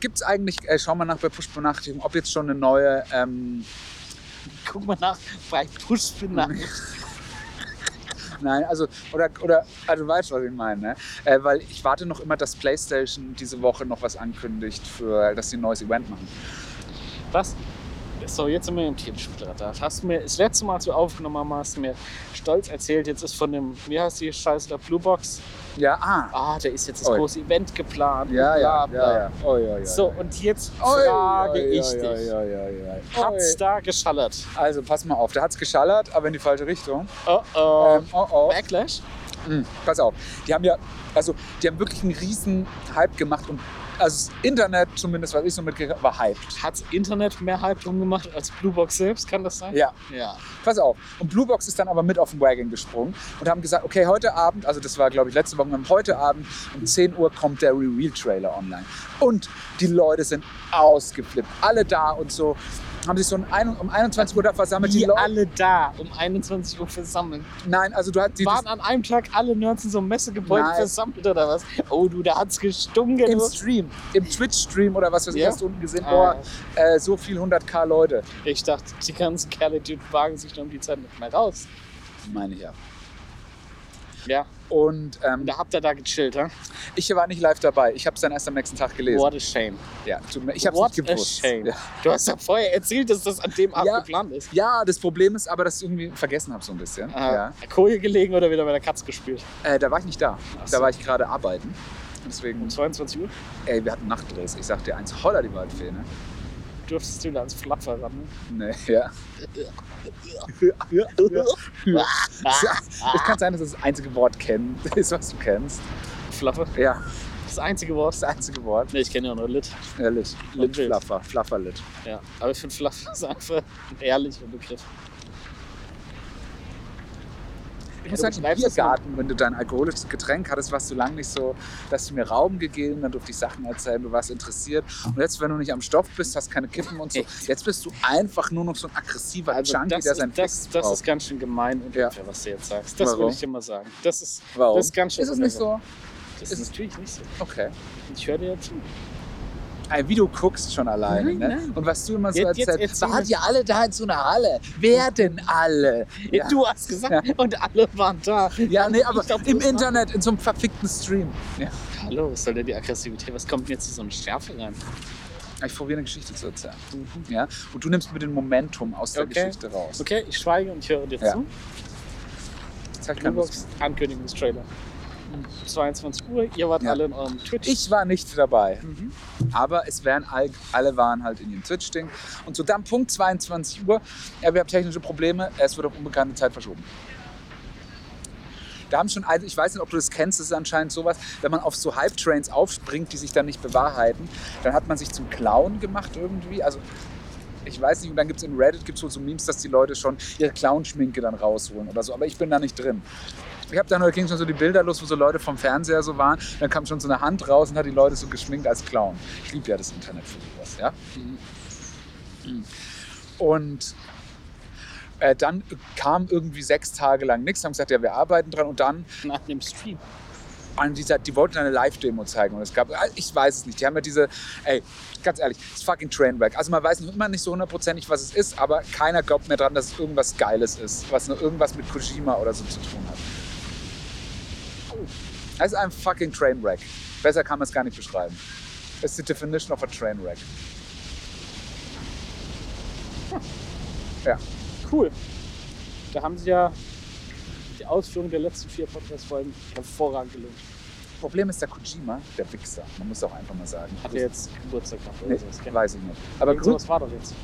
S2: Gibt es eigentlich, äh, schau mal nach bei Push-Benachrichtigung, ob jetzt schon eine neue ähm,
S3: Guck mal nach, bei Push-Benachrichtigung.
S2: Nein, also, oder, oder, also, du weißt, was ich meine, ne? Äh, weil ich warte noch immer, dass PlayStation diese Woche noch was ankündigt, für, dass sie ein neues Event machen.
S3: Was? So, jetzt sind wir im Telespielradar. Hast du mir das letzte Mal, als wir aufgenommen haben, hast du mir stolz erzählt, jetzt ist von dem, wie heißt die Scheiße, der Blue Box,
S2: Ja, ah.
S3: ah, da ist jetzt das
S2: Oi.
S3: große Event geplant.
S2: Ja, ja,
S3: bla, bla.
S2: ja, ja. Oh, ja, ja
S3: So,
S2: ja.
S3: und jetzt
S2: Oi,
S3: frage
S2: oi,
S3: ich
S2: oi,
S3: dich.
S2: oi, oi, oi, oi.
S3: Hat's da geschallert?
S2: Oi. Also, pass mal auf, da hat's geschallert, aber in die falsche Richtung.
S3: Oh oh.
S2: Ähm, oh, oh.
S3: Backlash?
S2: Hm, pass auf, die haben ja, also die haben wirklich einen riesen Hype gemacht und also das Internet, zumindest was ich so mitgekriegt habe, war hyped.
S3: Hat's Internet mehr Hype drum gemacht als Blue Box selbst? Kann das sein?
S2: Ja,
S3: Ja.
S2: Pass auf. Und Blue Box ist dann aber mit auf den Wagon gesprungen und haben gesagt, okay, heute Abend, also das war glaube ich letzte Woche, und heute Abend um 10 Uhr kommt der Reveal-Trailer online. Und die Leute sind ausgeflippt. Alle da und so. Haben sich so um ein- um 21 Uhr da versammelt. Die
S3: Die
S2: Leute,
S3: alle da um 21 Uhr versammeln.
S2: nein, also du hast die,
S3: Waren an einem Tag alle Nerds in so einem Messegebäude
S2: Nein.
S3: versammelt oder was? Oh du, da hat's gestunken.
S2: im
S3: du.
S2: Stream, im Twitch-Stream oder was weiß ich,
S3: Ja.
S2: hast du unten gesehen,
S3: Ah,
S2: boah, äh, so viel 100k Leute.
S3: ich dachte, die ganzen Kerle, die wagen sich dann um die Zeit nicht mehr raus.
S2: Meine ich ja.
S3: Ja,
S2: Und ähm,
S3: da habt ihr da gechillt, ne?
S2: ich war nicht live dabei. Ich habe es dann erst am nächsten Tag gelesen.
S3: What a shame.
S2: Ja, tut mir- ich habe
S3: What
S2: es nicht
S3: a
S2: gewusst.
S3: shame.
S2: Ja.
S3: Du hast ja vorher erzählt, dass das an dem Abend
S2: Ja.
S3: geplant ist.
S2: ja, das Problem ist aber, dass ich irgendwie vergessen habe so ein bisschen.
S3: Äh,
S2: Ja.
S3: Kohle gelegen oder wieder bei der Katz gespielt?
S2: Äh, da war ich nicht da.
S3: Ach so.
S2: Da war ich gerade arbeiten. Deswegen,
S3: Um 22 Uhr
S2: ey, wir hatten Nachtdrehs. Ich sagte dir eins, holla die Waldfee, ne?
S3: durftest du da ans Flapfer ran.
S2: Nee, [LAUGHS] ja.
S3: ne? ah.
S2: Es kann sein, dass das das einzige Wort kennen [LAUGHS] ist, was du kennst.
S3: Flapper,
S2: Ja,
S3: das einzige Wort.
S2: das einzige Wort.
S3: Ne, ich kenne ja nur Lit.
S2: Ja, Lit.
S3: Und
S2: Lit
S3: Lit.
S2: Flaffer. Flaffer Lit.
S3: Ja, aber ich finde Flapper ist einfach ein ehrlicher Begriff.
S2: Ich muss
S3: Ja, du
S2: sagen, im
S3: schreibst das
S2: Biergarten, wenn du dein alkoholisches Getränk hattest, warst du lang nicht so, dass du mir Rauben gegeben, dann durfte ich Sachen erzählen, du warst interessiert. Und jetzt, wenn du nicht am Stoff bist, hast keine Kippen und
S3: [LAUGHS]
S2: so, jetzt bist du einfach nur noch so ein aggressiver
S3: Also
S2: Junkie,
S3: das,
S2: der sein
S3: ist, das, das ist ganz schön gemein und
S2: Ja.
S3: unfair, was du jetzt sagst. Das
S2: Warum?
S3: will ich dir mal sagen. Das ist,
S2: Warum?
S3: das ist ganz schön
S2: Ist es nicht so?
S3: Das
S2: Ist
S3: ist
S2: es-
S3: natürlich nicht so.
S2: Okay.
S3: Ich höre dir ja zu.
S2: Ey, Wie du guckst schon alleine,
S3: Nein,
S2: ne?
S3: nein.
S2: Und was du immer so
S3: Mhm, Jetzt- jetzt
S2: erzählst,
S3: erzähl
S2: wart
S3: mir-
S2: ihr alle da in so einer Halle? Wer denn alle? Ja,
S3: Du hast gesagt, und alle waren da.
S2: ja nee, aber
S3: Ich glaub, du
S2: im
S3: bist dran.
S2: Internet, in so einem verfickten Stream. Ja.
S3: Hallo, was soll denn die Aggressivität? Was kommt denn jetzt in so eine Schärfe rein?
S2: Ich probiere eine Geschichte zu erzählen. Ja? Und du nimmst mir den Momentum aus der
S3: Mhm. Okay.
S2: Geschichte raus.
S3: Okay, ich schweige und ich höre dir
S2: Ja.
S3: zu.
S2: Jetzt hab ich keine Lust
S3: Bluebox, Ankündigungstrailer. 22 Uhr, ihr wart
S2: Ja.
S3: alle in eurem Twitch.
S2: Ich war nicht dabei,
S3: Mhm.
S2: aber es wären all, alle waren halt in ihrem Twitch-Ding. Und so dann Punkt 22 Uhr, ja, wir haben technische Probleme, es wird auf unbekannte Zeit verschoben. Da haben schon, also ich weiß nicht, ob du das kennst, das ist anscheinend sowas, wenn man auf so Hype-Trains aufspringt, die sich dann nicht bewahrheiten, dann hat man sich zum Clown gemacht irgendwie. Also ich weiß nicht, und dann gibt es in Reddit gibt's wohl so Memes, dass die Leute schon ihre Clown-Schminke dann rausholen oder so, aber ich bin da nicht drin. Ich habe dann da ging schon so die Bilder los, wo so Leute vom Fernseher so waren. Dann kam schon so eine Hand raus und hat die Leute so geschminkt als Clown. Ich liebe ja das Internet für sowas, ja. Mhm. Und äh, dann kam irgendwie sechs Tage lang nichts, haben gesagt, ja, wir arbeiten dran. Und dann
S3: Nach dem Stream.
S2: an dieser, die wollten eine Live-Demo zeigen und es gab, ah, ich weiß es nicht, die haben ja diese, ey, ganz ehrlich, das fucking Trainwreck. Also man weiß noch immer nicht so hundertprozentig, was es ist, aber keiner glaubt mehr dran, dass es irgendwas Geiles ist, was nur irgendwas mit Kojima oder so zu tun hat. Das ist ein fucking Trainwreck. Besser kann man es gar nicht beschreiben. It's the definition of a Trainwreck. Hm. Ja.
S3: Cool. Da haben sie ja die Ausführung der letzten vier Podcast-Folgen hervorragend gelöst.
S2: Problem ist der Kojima, der Wichser. Man muss auch einfach mal sagen.
S3: Hat er jetzt Geburtstag gehabt oder
S2: Nee,
S3: sowas? Genau. gell?
S2: weiß ich nicht. Aber
S3: Irgend
S2: Grü
S3: sowas war doch jetzt.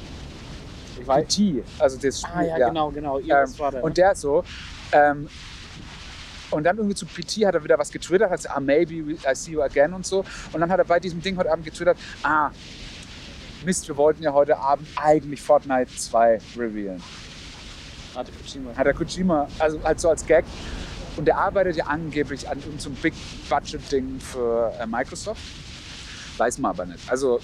S2: Ich weiß. PT, also das Spiel.
S3: Ah ja, genau, genau. Ihr,
S2: Ähm,
S3: das war der.
S2: und der so. Ähm, und dann irgendwie zu PT hat er wieder was getwittert, hat gesagt, ah, maybe we- I see you again und so. Und dann hat er bei diesem Ding heute Abend getwittert, ah, Mist, wir wollten ja heute Abend eigentlich Fortnite 2 revealen.
S3: Hatte Kojima.
S2: Hat der Kojima, also halt so als Gag. Und der arbeitet ja angeblich an irgendeinem so Big Budget Ding für äh, Microsoft. Weiß man aber nicht. Also,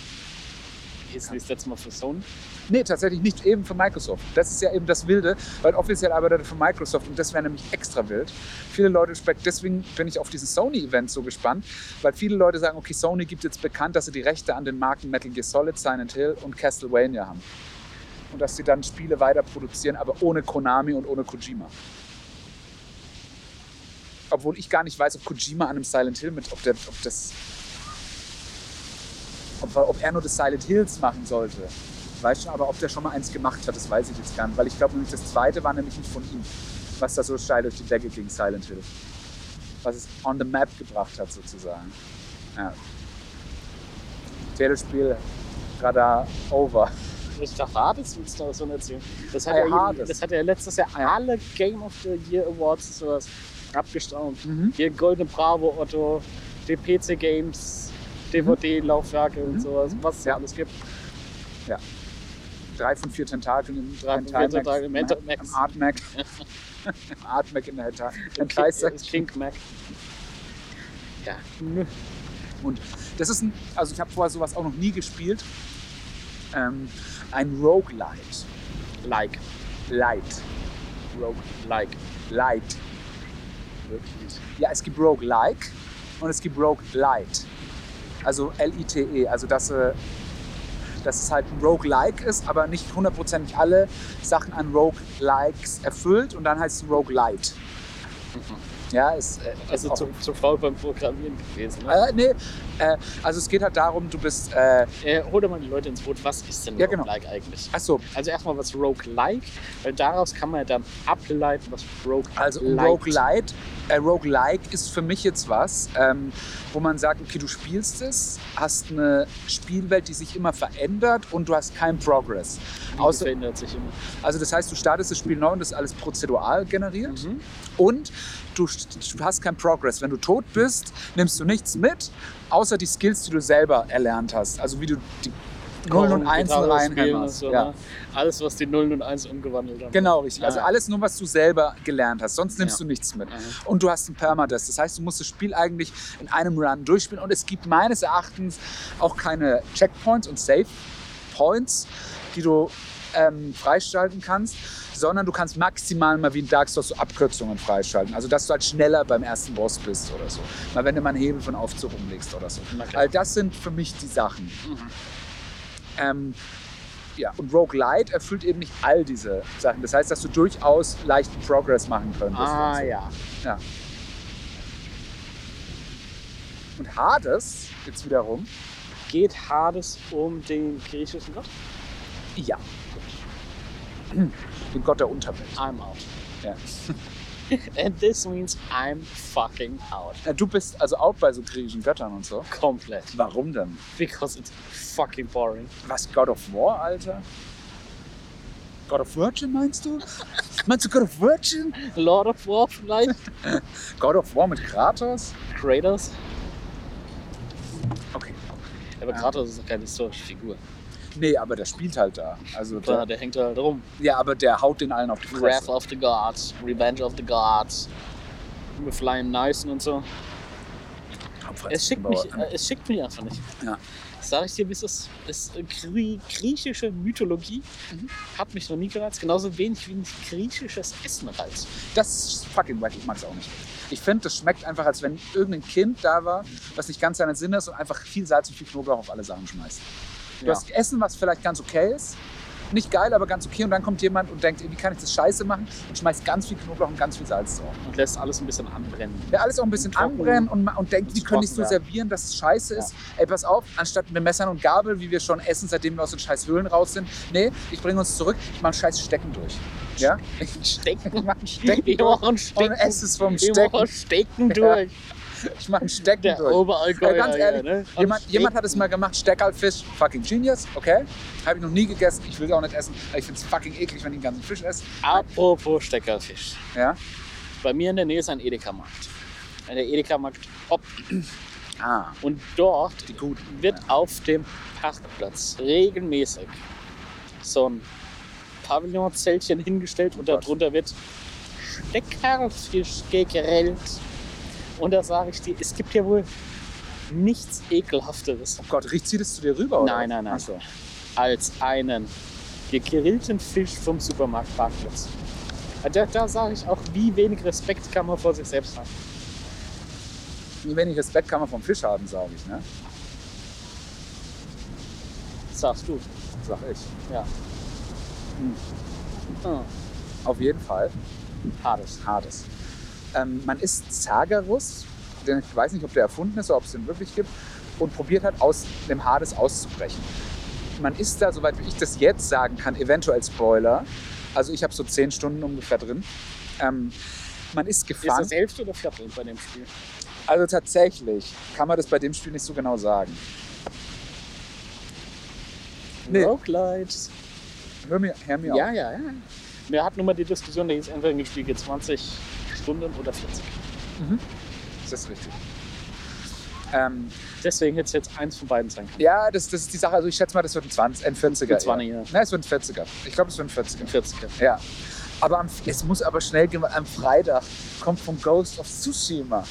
S3: Ist das letzte Mal für Sony?
S2: nee, tatsächlich nicht eben für Microsoft. Das ist ja eben das Wilde, weil offiziell arbeitet er für Microsoft und das wäre nämlich extra wild. Viele Leute spek deswegen bin ich auf diesen Sony-Event so gespannt, weil viele Leute sagen, okay, Sony gibt jetzt bekannt, dass sie die Rechte an den Marken Metal Gear Solid, Silent Hill und Castlevania haben. Und dass sie dann Spiele weiter produzieren, aber ohne Konami und ohne Kojima. Obwohl ich gar nicht weiß, ob Kojima an einem Silent Hill mit, ob, der, ob das. Ob, ob er nur des Silent Hills machen sollte. Ich weiß schon, aber ob der schon mal eins gemacht hat, das weiß ich jetzt gar nicht. Weil ich glaube nämlich, das zweite war nämlich nicht von ihm, was da so steil durch die Decke ging, Silent Hill. Was es on the map gebracht hat, sozusagen. Ja. Telespiel, Radar, over.
S3: Ich dachte, Hades willst du davon erzählen. Das hat,
S2: Ei,
S3: ja, jeden-
S2: Hades.
S3: das hat ja letztes Jahr alle Game of the Year Awards und sowas abgestaunt.
S2: Mhm.
S3: Hier Goldene Bravo, Otto, die PC Games, DVD-Laufwerke und
S2: Mhm.
S3: sowas, was es ja.
S2: Ja.
S3: alles gibt.
S2: drei von vier Tentakeln im
S3: Drei von vier
S2: Tentakeln
S3: Tentakeln im Hentamax.
S2: Im
S3: [LAUGHS]
S2: Artmac. Im Artmac in der Henta-
S3: Im
S2: Hentai
S3: King- äh,
S2: Section.
S3: King Mac. Ja.
S2: Und das ist ein, also ich habe vorher sowas auch noch nie gespielt. Ähm, ein Roguelite.
S3: Like,
S2: Light. Rogue
S3: like.
S2: Light.
S3: Wirklich.
S2: Ja, es gibt Roguelike und es gibt Roguelite. Also L-I-T-E. Also, dass, äh, dass es halt ein Roguelike ist, aber nicht hundertprozentig alle Sachen an Roguelikes erfüllt und dann heißt es Roguelite. Ja, ist, äh,
S3: Also
S2: ist auch-
S3: zur, zur Frau beim Programmieren gewesen. Ne?
S2: Äh, nee, äh, also es geht halt darum, du bist. Äh,
S3: Äh, hol doch mal die Leute ins Boot. Was ist denn
S2: Ja, genau.
S3: Roguelike eigentlich?
S2: achso,
S3: Also erstmal was Roguelike, weil daraus kann man ja dann ableiten, was Roguelike
S2: also Roguelite. Äh, Roguelike ist für mich jetzt was, ähm, wo man sagt, okay, du spielst es, hast eine Spielwelt, die sich immer verändert und du hast keinen Progress.
S3: Wie
S2: Außer,
S3: verändert sich immer.
S2: also das heißt, du startest das Spiel neu und das ist alles prozedural generiert.
S3: Mhm.
S2: Und du, st- du hast keinen Progress. Wenn du tot bist, nimmst du nichts mit, außer die Skills, die du selber erlernt hast. Also wie du die Nullen und Einsen
S3: Gitarre spielen
S2: reinhämmerst.
S3: und so,
S2: ja.
S3: ne? Alles, was die Nullen und Einsen umgewandelt haben.
S2: Genau, richtig.
S3: Ah.
S2: Also alles nur, was du selber gelernt hast. Sonst nimmst
S3: Ja. Mhm.
S2: du nichts mit.
S3: Aha.
S2: Und du hast einen Permadeath. Das heißt, du musst das Spiel eigentlich in einem Run durchspielen. Und es gibt meines Erachtens auch keine Checkpoints und Save Points, die du ähm, freischalten kannst, sondern du kannst maximal mal wie in Dark Souls so Abkürzungen freischalten. Also, dass du halt schneller beim ersten Boss bist oder so. Mal, wenn du mal einen Hebel von Aufzug umlegst oder so.
S3: Na klar. Mhm.
S2: All das sind für mich die Sachen. Ähm, ja, und Roguelite erfüllt eben nicht all diese Sachen. Das heißt, dass du durchaus leichten Progress machen könntest. und,
S3: Ah
S2: so.
S3: ja.
S2: und Hades, jetzt wiederum,
S3: Geht Hades um den griechischen Gott?
S2: ja. [CLEARS THROAT] Den Gott der Unterwelt.
S3: I'm out.
S2: Ja.
S3: And this means I'm fucking out.
S2: Äh, Du bist also auch bei so griechischen Göttern und so.
S3: Komplett.
S2: Warum denn?
S3: Because it's fucking boring.
S2: Was, God of War, Alter? God of Virgin meinst
S3: [LAUGHS]
S2: du? meinst du God of Virgin?
S3: Lord of War vielleicht?
S2: God of War mit Kratos?
S3: Kratos?
S2: Okay.
S3: Aber
S2: Ja.
S3: Kratos ist doch keine historische Figur.
S2: Nee, aber der spielt halt da. Also
S3: Klar,
S2: der,
S3: der hängt da halt rum.
S2: ja, aber der haut den allen auf die
S3: Wrath
S2: Fresse.
S3: of the Gods, Revenge of the Gods, mit Liam Neeson und so. Es schickt, mich, äh, es schickt mich einfach nicht.
S2: Ja.
S3: Das sage ich dir, wie es ist. Es, äh, Grie griechische Mythologie
S2: Mhm.
S3: hat mich noch nie gereizt. Genauso wenig wie mich griechisches Essen halt. reizt.
S2: Das ist fucking wack, ich mag's auch nicht. Ich finde, das schmeckt einfach, als wenn irgendein Kind da war, was nicht ganz seinen Sinn ist und einfach viel Salz und viel Knoblauch auf alle Sachen schmeißt. Du
S3: Ja.
S2: hast Essen, was vielleicht ganz okay ist, nicht geil, aber ganz okay und dann kommt jemand und denkt, wie kann ich das scheiße machen und schmeißt ganz viel Knoblauch und ganz viel Salz drauf.
S3: Und lässt alles ein bisschen anbrennen.
S2: Der alles auch ein bisschen
S3: Und trocken.
S2: anbrennen und, ma- und denkt,
S3: Und
S2: wie können ich so
S3: trocken, ja.
S2: servieren, dass es scheiße ist. Ey, pass auf, anstatt mit Messern und Gabel, wie wir schon essen, seitdem wir aus den scheiß Höhlen raus sind, nee, ich bringe uns zurück, ich mache scheiß Stecken durch. Ja? [LAUGHS] Ich
S3: Stecken.
S2: mache einen [LAUGHS] Stecken
S3: Wir
S2: durch.
S3: machen Stecken.
S2: Und es ist vom
S3: Wir machen
S2: Stecken.
S3: Stecken durch.
S2: Ich mache einen Stecken
S3: Der
S2: durch.
S3: Oberallgäuer.
S2: Ey, ganz ehrlich,
S3: hier, ne? Und
S2: Jemand, jemand
S3: Stecken.
S2: hat es mal gemacht, Steckerlfisch, fucking genius, okay? Habe ich noch nie gegessen, ich will es auch nicht essen, weil ich finde es fucking eklig, wenn ich den ganzen Fisch esse.
S3: Apropos Steckerfisch.
S2: Ja?
S3: Bei mir in der Nähe ist ein Edeka-Markt. Der Edeka-Markt Hopp.
S2: Ah,
S3: Und dort
S2: die guten.
S3: wird auf dem Parkplatz regelmäßig so ein Pavillonzeltchen hingestellt und
S2: Oh Gott.
S3: darunter wird Steckerfisch gegrillt. Und da sage ich dir, es gibt ja wohl nichts ekelhafteres
S2: Oh Gott, riecht sie das zu dir rüber? Oder?
S3: Nein, nein, nein.
S2: Ach so.
S3: als einen gegrillten Fisch vom Supermarktparkplatz. Da, da sage ich auch, wie wenig Respekt kann man vor sich selbst haben.
S2: Wie wenig Respekt kann man vom Fisch haben, sage ich, ne?
S3: Sagst du.
S2: Sag ich.
S3: Ja.
S2: Hm.
S3: Ah,
S2: Auf jeden Fall.
S3: Hades.
S2: Hades. Ähm, man isst Zagarus, denn ich weiß nicht, ob der erfunden ist oder ob es den wirklich gibt, und probiert halt aus dem Hades auszubrechen. Man isst da, soweit ich das jetzt sagen kann, eventuell Spoiler. Also ich habe so zehn Stunden ungefähr drin. Ähm, man ist
S3: Ist
S2: gefangen.
S3: das Hälfte oder Viertel bei dem Spiel?
S2: also tatsächlich kann man das bei dem Spiel nicht so genau sagen. Nee.
S3: Roguelites.
S2: Hör mir, hör mir auf.
S3: Ja, ja, ja. Wir hatten nur mal die Diskussion, da hieß entweder ein Spiel geht 20 Stunden oder 40.
S2: Das ist richtig. Ähm,
S3: Deswegen hätte es jetzt eins von beiden sein können.
S2: ja, das, das ist die Sache. Also ich schätze mal, das wird ein 20, ein 40er.
S3: Ein 20er.
S2: eher. Nein, es wird ein 40er. Ich glaube, es wird ein 40er.
S3: Ein 40er.
S2: Ja. Aber am, es muss aber schnell gehen, weil am Freitag kommt von Ghost of Tsushima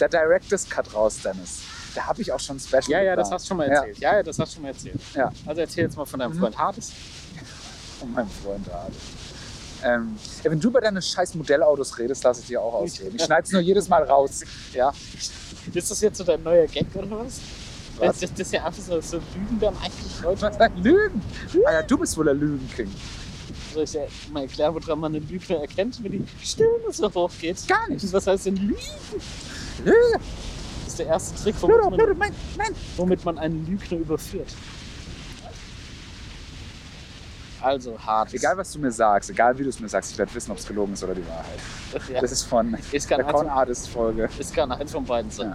S2: der Director's Cut raus, Dennis. Da habe ich auch schon ein Special.
S3: Ja, ja, das
S2: geplant.
S3: hast du schon mal erzählt. Ja, ja, das hast du schon mal erzählt.
S2: Ja.
S3: Also erzähl jetzt mal von deinem
S2: Mhm.
S3: Freund Hades.
S2: Ja, von meinem Freund Adi. Ähm, ja, wenn du über deine scheiß Modellautos redest, lass ich dir auch ausreden. Ich schneide es nur jedes Mal raus. Ja,
S3: Ist das jetzt so dein neuer Gag oder was?
S2: Was?
S3: Das, das, das ist ja einfach so, so Lügen dann eigentlich
S2: Was
S3: heute.
S2: ein Lügen. Alter, du bist wohl der Lügenking.
S3: Soll ich dir mal erklären, woran man eine Lüge erkennt, wenn die Stirn so hoch geht?
S2: Gar nicht.
S3: Was heißt denn Lügen?
S2: Lüge,
S3: Das ist der erste Trick,
S2: Pluto,
S3: womit
S2: Pluto,
S3: man,
S2: nein, nein.
S3: womit man einen Lügner überführt. Also hart.
S2: Egal, was du mir sagst, egal wie du es mir sagst, ich werde wissen, ob es gelogen ist oder die Wahrheit.
S3: ja.
S2: Das ist von
S3: ist
S2: der
S3: kann eins
S2: Con
S3: von,
S2: Artist Folge.
S3: es kann eins von beiden sein.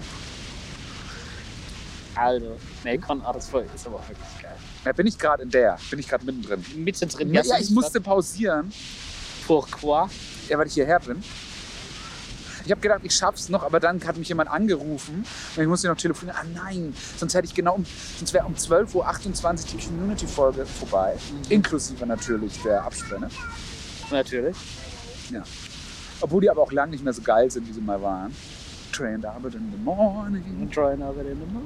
S3: Also, nee, Con Artist Folge ist aber halt wirklich geil.
S2: Da bin ich gerade in der, bin ich gerade mittendrin.
S3: Mittendrin.
S2: Ja,
S3: hast du
S2: ja, ich
S3: dich
S2: musste pausieren,
S3: grad- Pourquoi?
S2: ja, weil ich hierher bin. Ich habe gedacht, ich schaff's noch, aber dann hat mich jemand angerufen und ich musste noch telefonieren. Ah nein, sonst hätte ich genau um, sonst wäre um 12.28 Uhr die Community-Folge vorbei. Inklusive natürlich der Abspanne.
S3: Natürlich.
S2: Obwohl die aber auch lang nicht mehr so geil sind, wie sie mal waren. Trained Arbeit in the morning.
S3: Drawing over in the moon.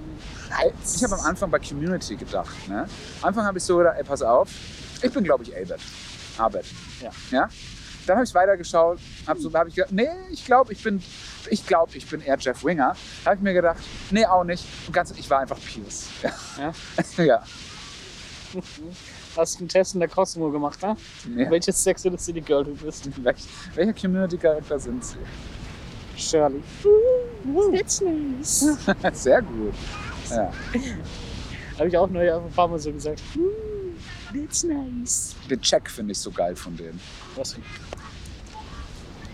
S2: Ey, Ich habe am Anfang bei Community gedacht. Ne? Am Anfang habe ich so gedacht, ey, pass auf, ich bin, glaube ich, Albert. Albert.
S3: Ja.
S2: ja? Dann habe ich weitergeschaut, habe so, hab ich gedacht, nee, ich glaube, ich bin, ich glaube, ich bin eher Jeff Winger. Habe ich mir gedacht, nee, auch nicht. Und ganz, ich war einfach Pierce.
S3: Ja.
S2: Ja. [LAUGHS] ja.
S3: Hast du einen Test in der Cosmo gemacht, ne?
S2: Nee.
S3: Welches Sex in the City Girl du bist?
S2: Welch, welcher Community-Charakter sind sie? [LAUGHS]
S3: Shirley. It's nice.
S2: Sehr gut. Ja.
S3: Habe ich auch neu ein paar Mal so gesagt. It's nice.
S2: Den Check finde ich so geil von denen.
S3: Was?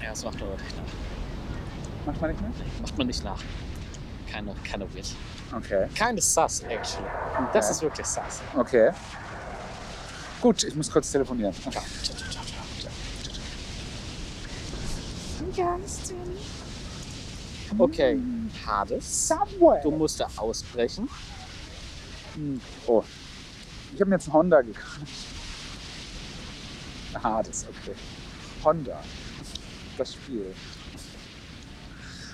S3: Ja, das macht man aber nicht nach.
S2: Macht man nicht mehr?
S3: Macht man nicht nach. Keine, keine Weird.
S2: Okay.
S3: Keine Sass, actually. Das ist wirklich Sass.
S2: Okay. Gut, ich muss kurz telefonieren. Okay.
S3: Okay, Hades.
S2: Subway.
S3: Du musst da ausbrechen.
S2: Oh. Ich habe mir jetzt einen Honda gekauft. Ah, das ist okay. Honda. Das Spiel.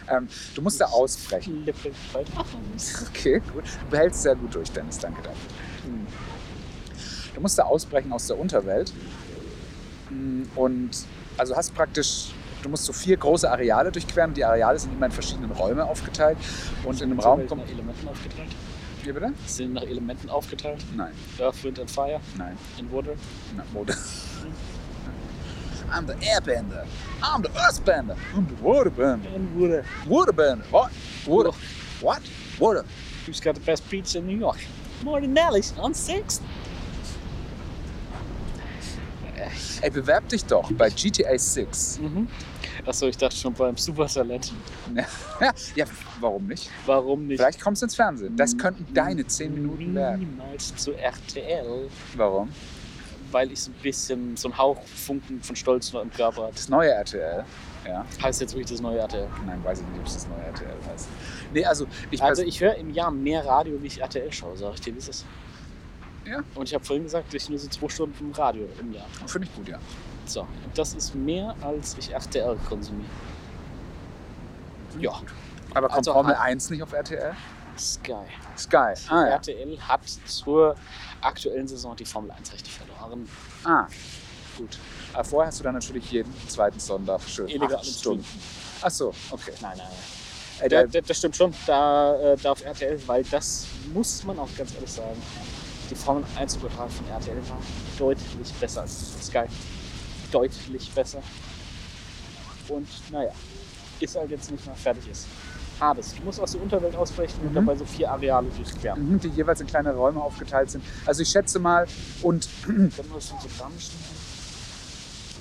S2: Ähm, du musst da ausbrechen. [LAUGHS]
S3: Lippe halt. bald aus.
S2: Okay, gut. Du behältst sehr gut durch, Dennis. Danke dafür. Hm. Du musst da ausbrechen aus der Unterwelt. Mm, Und also hast praktisch, du musst so vier große Areale durchqueren. Die Areale sind immer in verschiedenen Räume aufgeteilt. Und in einem Raum kommt.
S3: nach Elementen aufgeteilt.
S2: Wie bitte?
S3: Sind nach Elementen aufgeteilt.
S2: Nein,
S3: Earth, Wind and Fire
S2: nein.
S3: and Water.
S2: Na, Mode. I'm the airbender. I'm the earthbender. I'm the waterbender.
S3: And Water.
S2: Waterbender. What? Water. What? Water.
S3: Who's got the best pizza in New York? Martinelli's on 6th.
S2: Ey, bewerb dich doch bei GTA 6.
S3: Mhm. Achso, ich dachte schon beim Supertalent.
S2: [LAUGHS] ja, warum nicht?
S3: Warum nicht?
S2: Vielleicht kommst du ins Fernsehen. Das könnten deine 10 Minuten werden.
S3: Niemals zu RTL,
S2: Warum?
S3: weil ich so ein bisschen so einen Hauchfunken von Stolz noch im Körper hatte.
S2: Das neue RTL. Ja,
S3: Heißt jetzt wirklich das neue RTL.
S2: nein, weiß ich nicht, ob es das neue RTL heißt. Nee, also ich
S3: also
S2: pers-
S3: ich höre im Jahr mehr Radio, wie ich RTL schaue, sag ich dir, wie ist das?
S2: Ja.
S3: Und ich habe vorhin gesagt, ich nur so zwei Stunden im Radio im Jahr.
S2: finde ich gut, ja.
S3: So, und das ist mehr, als ich RTL konsumiere. Ja,
S2: Aber kommt
S3: Also,
S2: Formel
S3: ah.
S2: 1 nicht auf RTL?
S3: Sky.
S2: Sky. Ah, ja.
S3: RTL hat zur aktuellen Saison die Formel 1 Rechte verloren.
S2: Ah, gut. Aber vorher hast du dann natürlich jeden zweiten Sonntag schön
S3: Illegal
S2: acht
S3: im
S2: Stunden. Ach so, okay.
S3: Nein, nein, nein.
S2: Ey,
S3: Da,
S2: Äh, der,
S3: da, das stimmt schon, da äh, darf RTL, weil das muss man auch ganz ehrlich sagen. Die Formel 1 Übertragung von RTL war deutlich besser als Sky. Deutlich besser. Und naja, ist halt jetzt nicht mehr fertig ist. Hades, du musst aus der Unterwelt ausbrechen und
S2: Mhm.
S3: dabei so vier Areale durchqueren.
S2: Mhm, die jeweils in kleine Räume aufgeteilt sind. Also ich schätze mal, und [CLEARS THROAT]
S3: Können wir das schon so dampfen?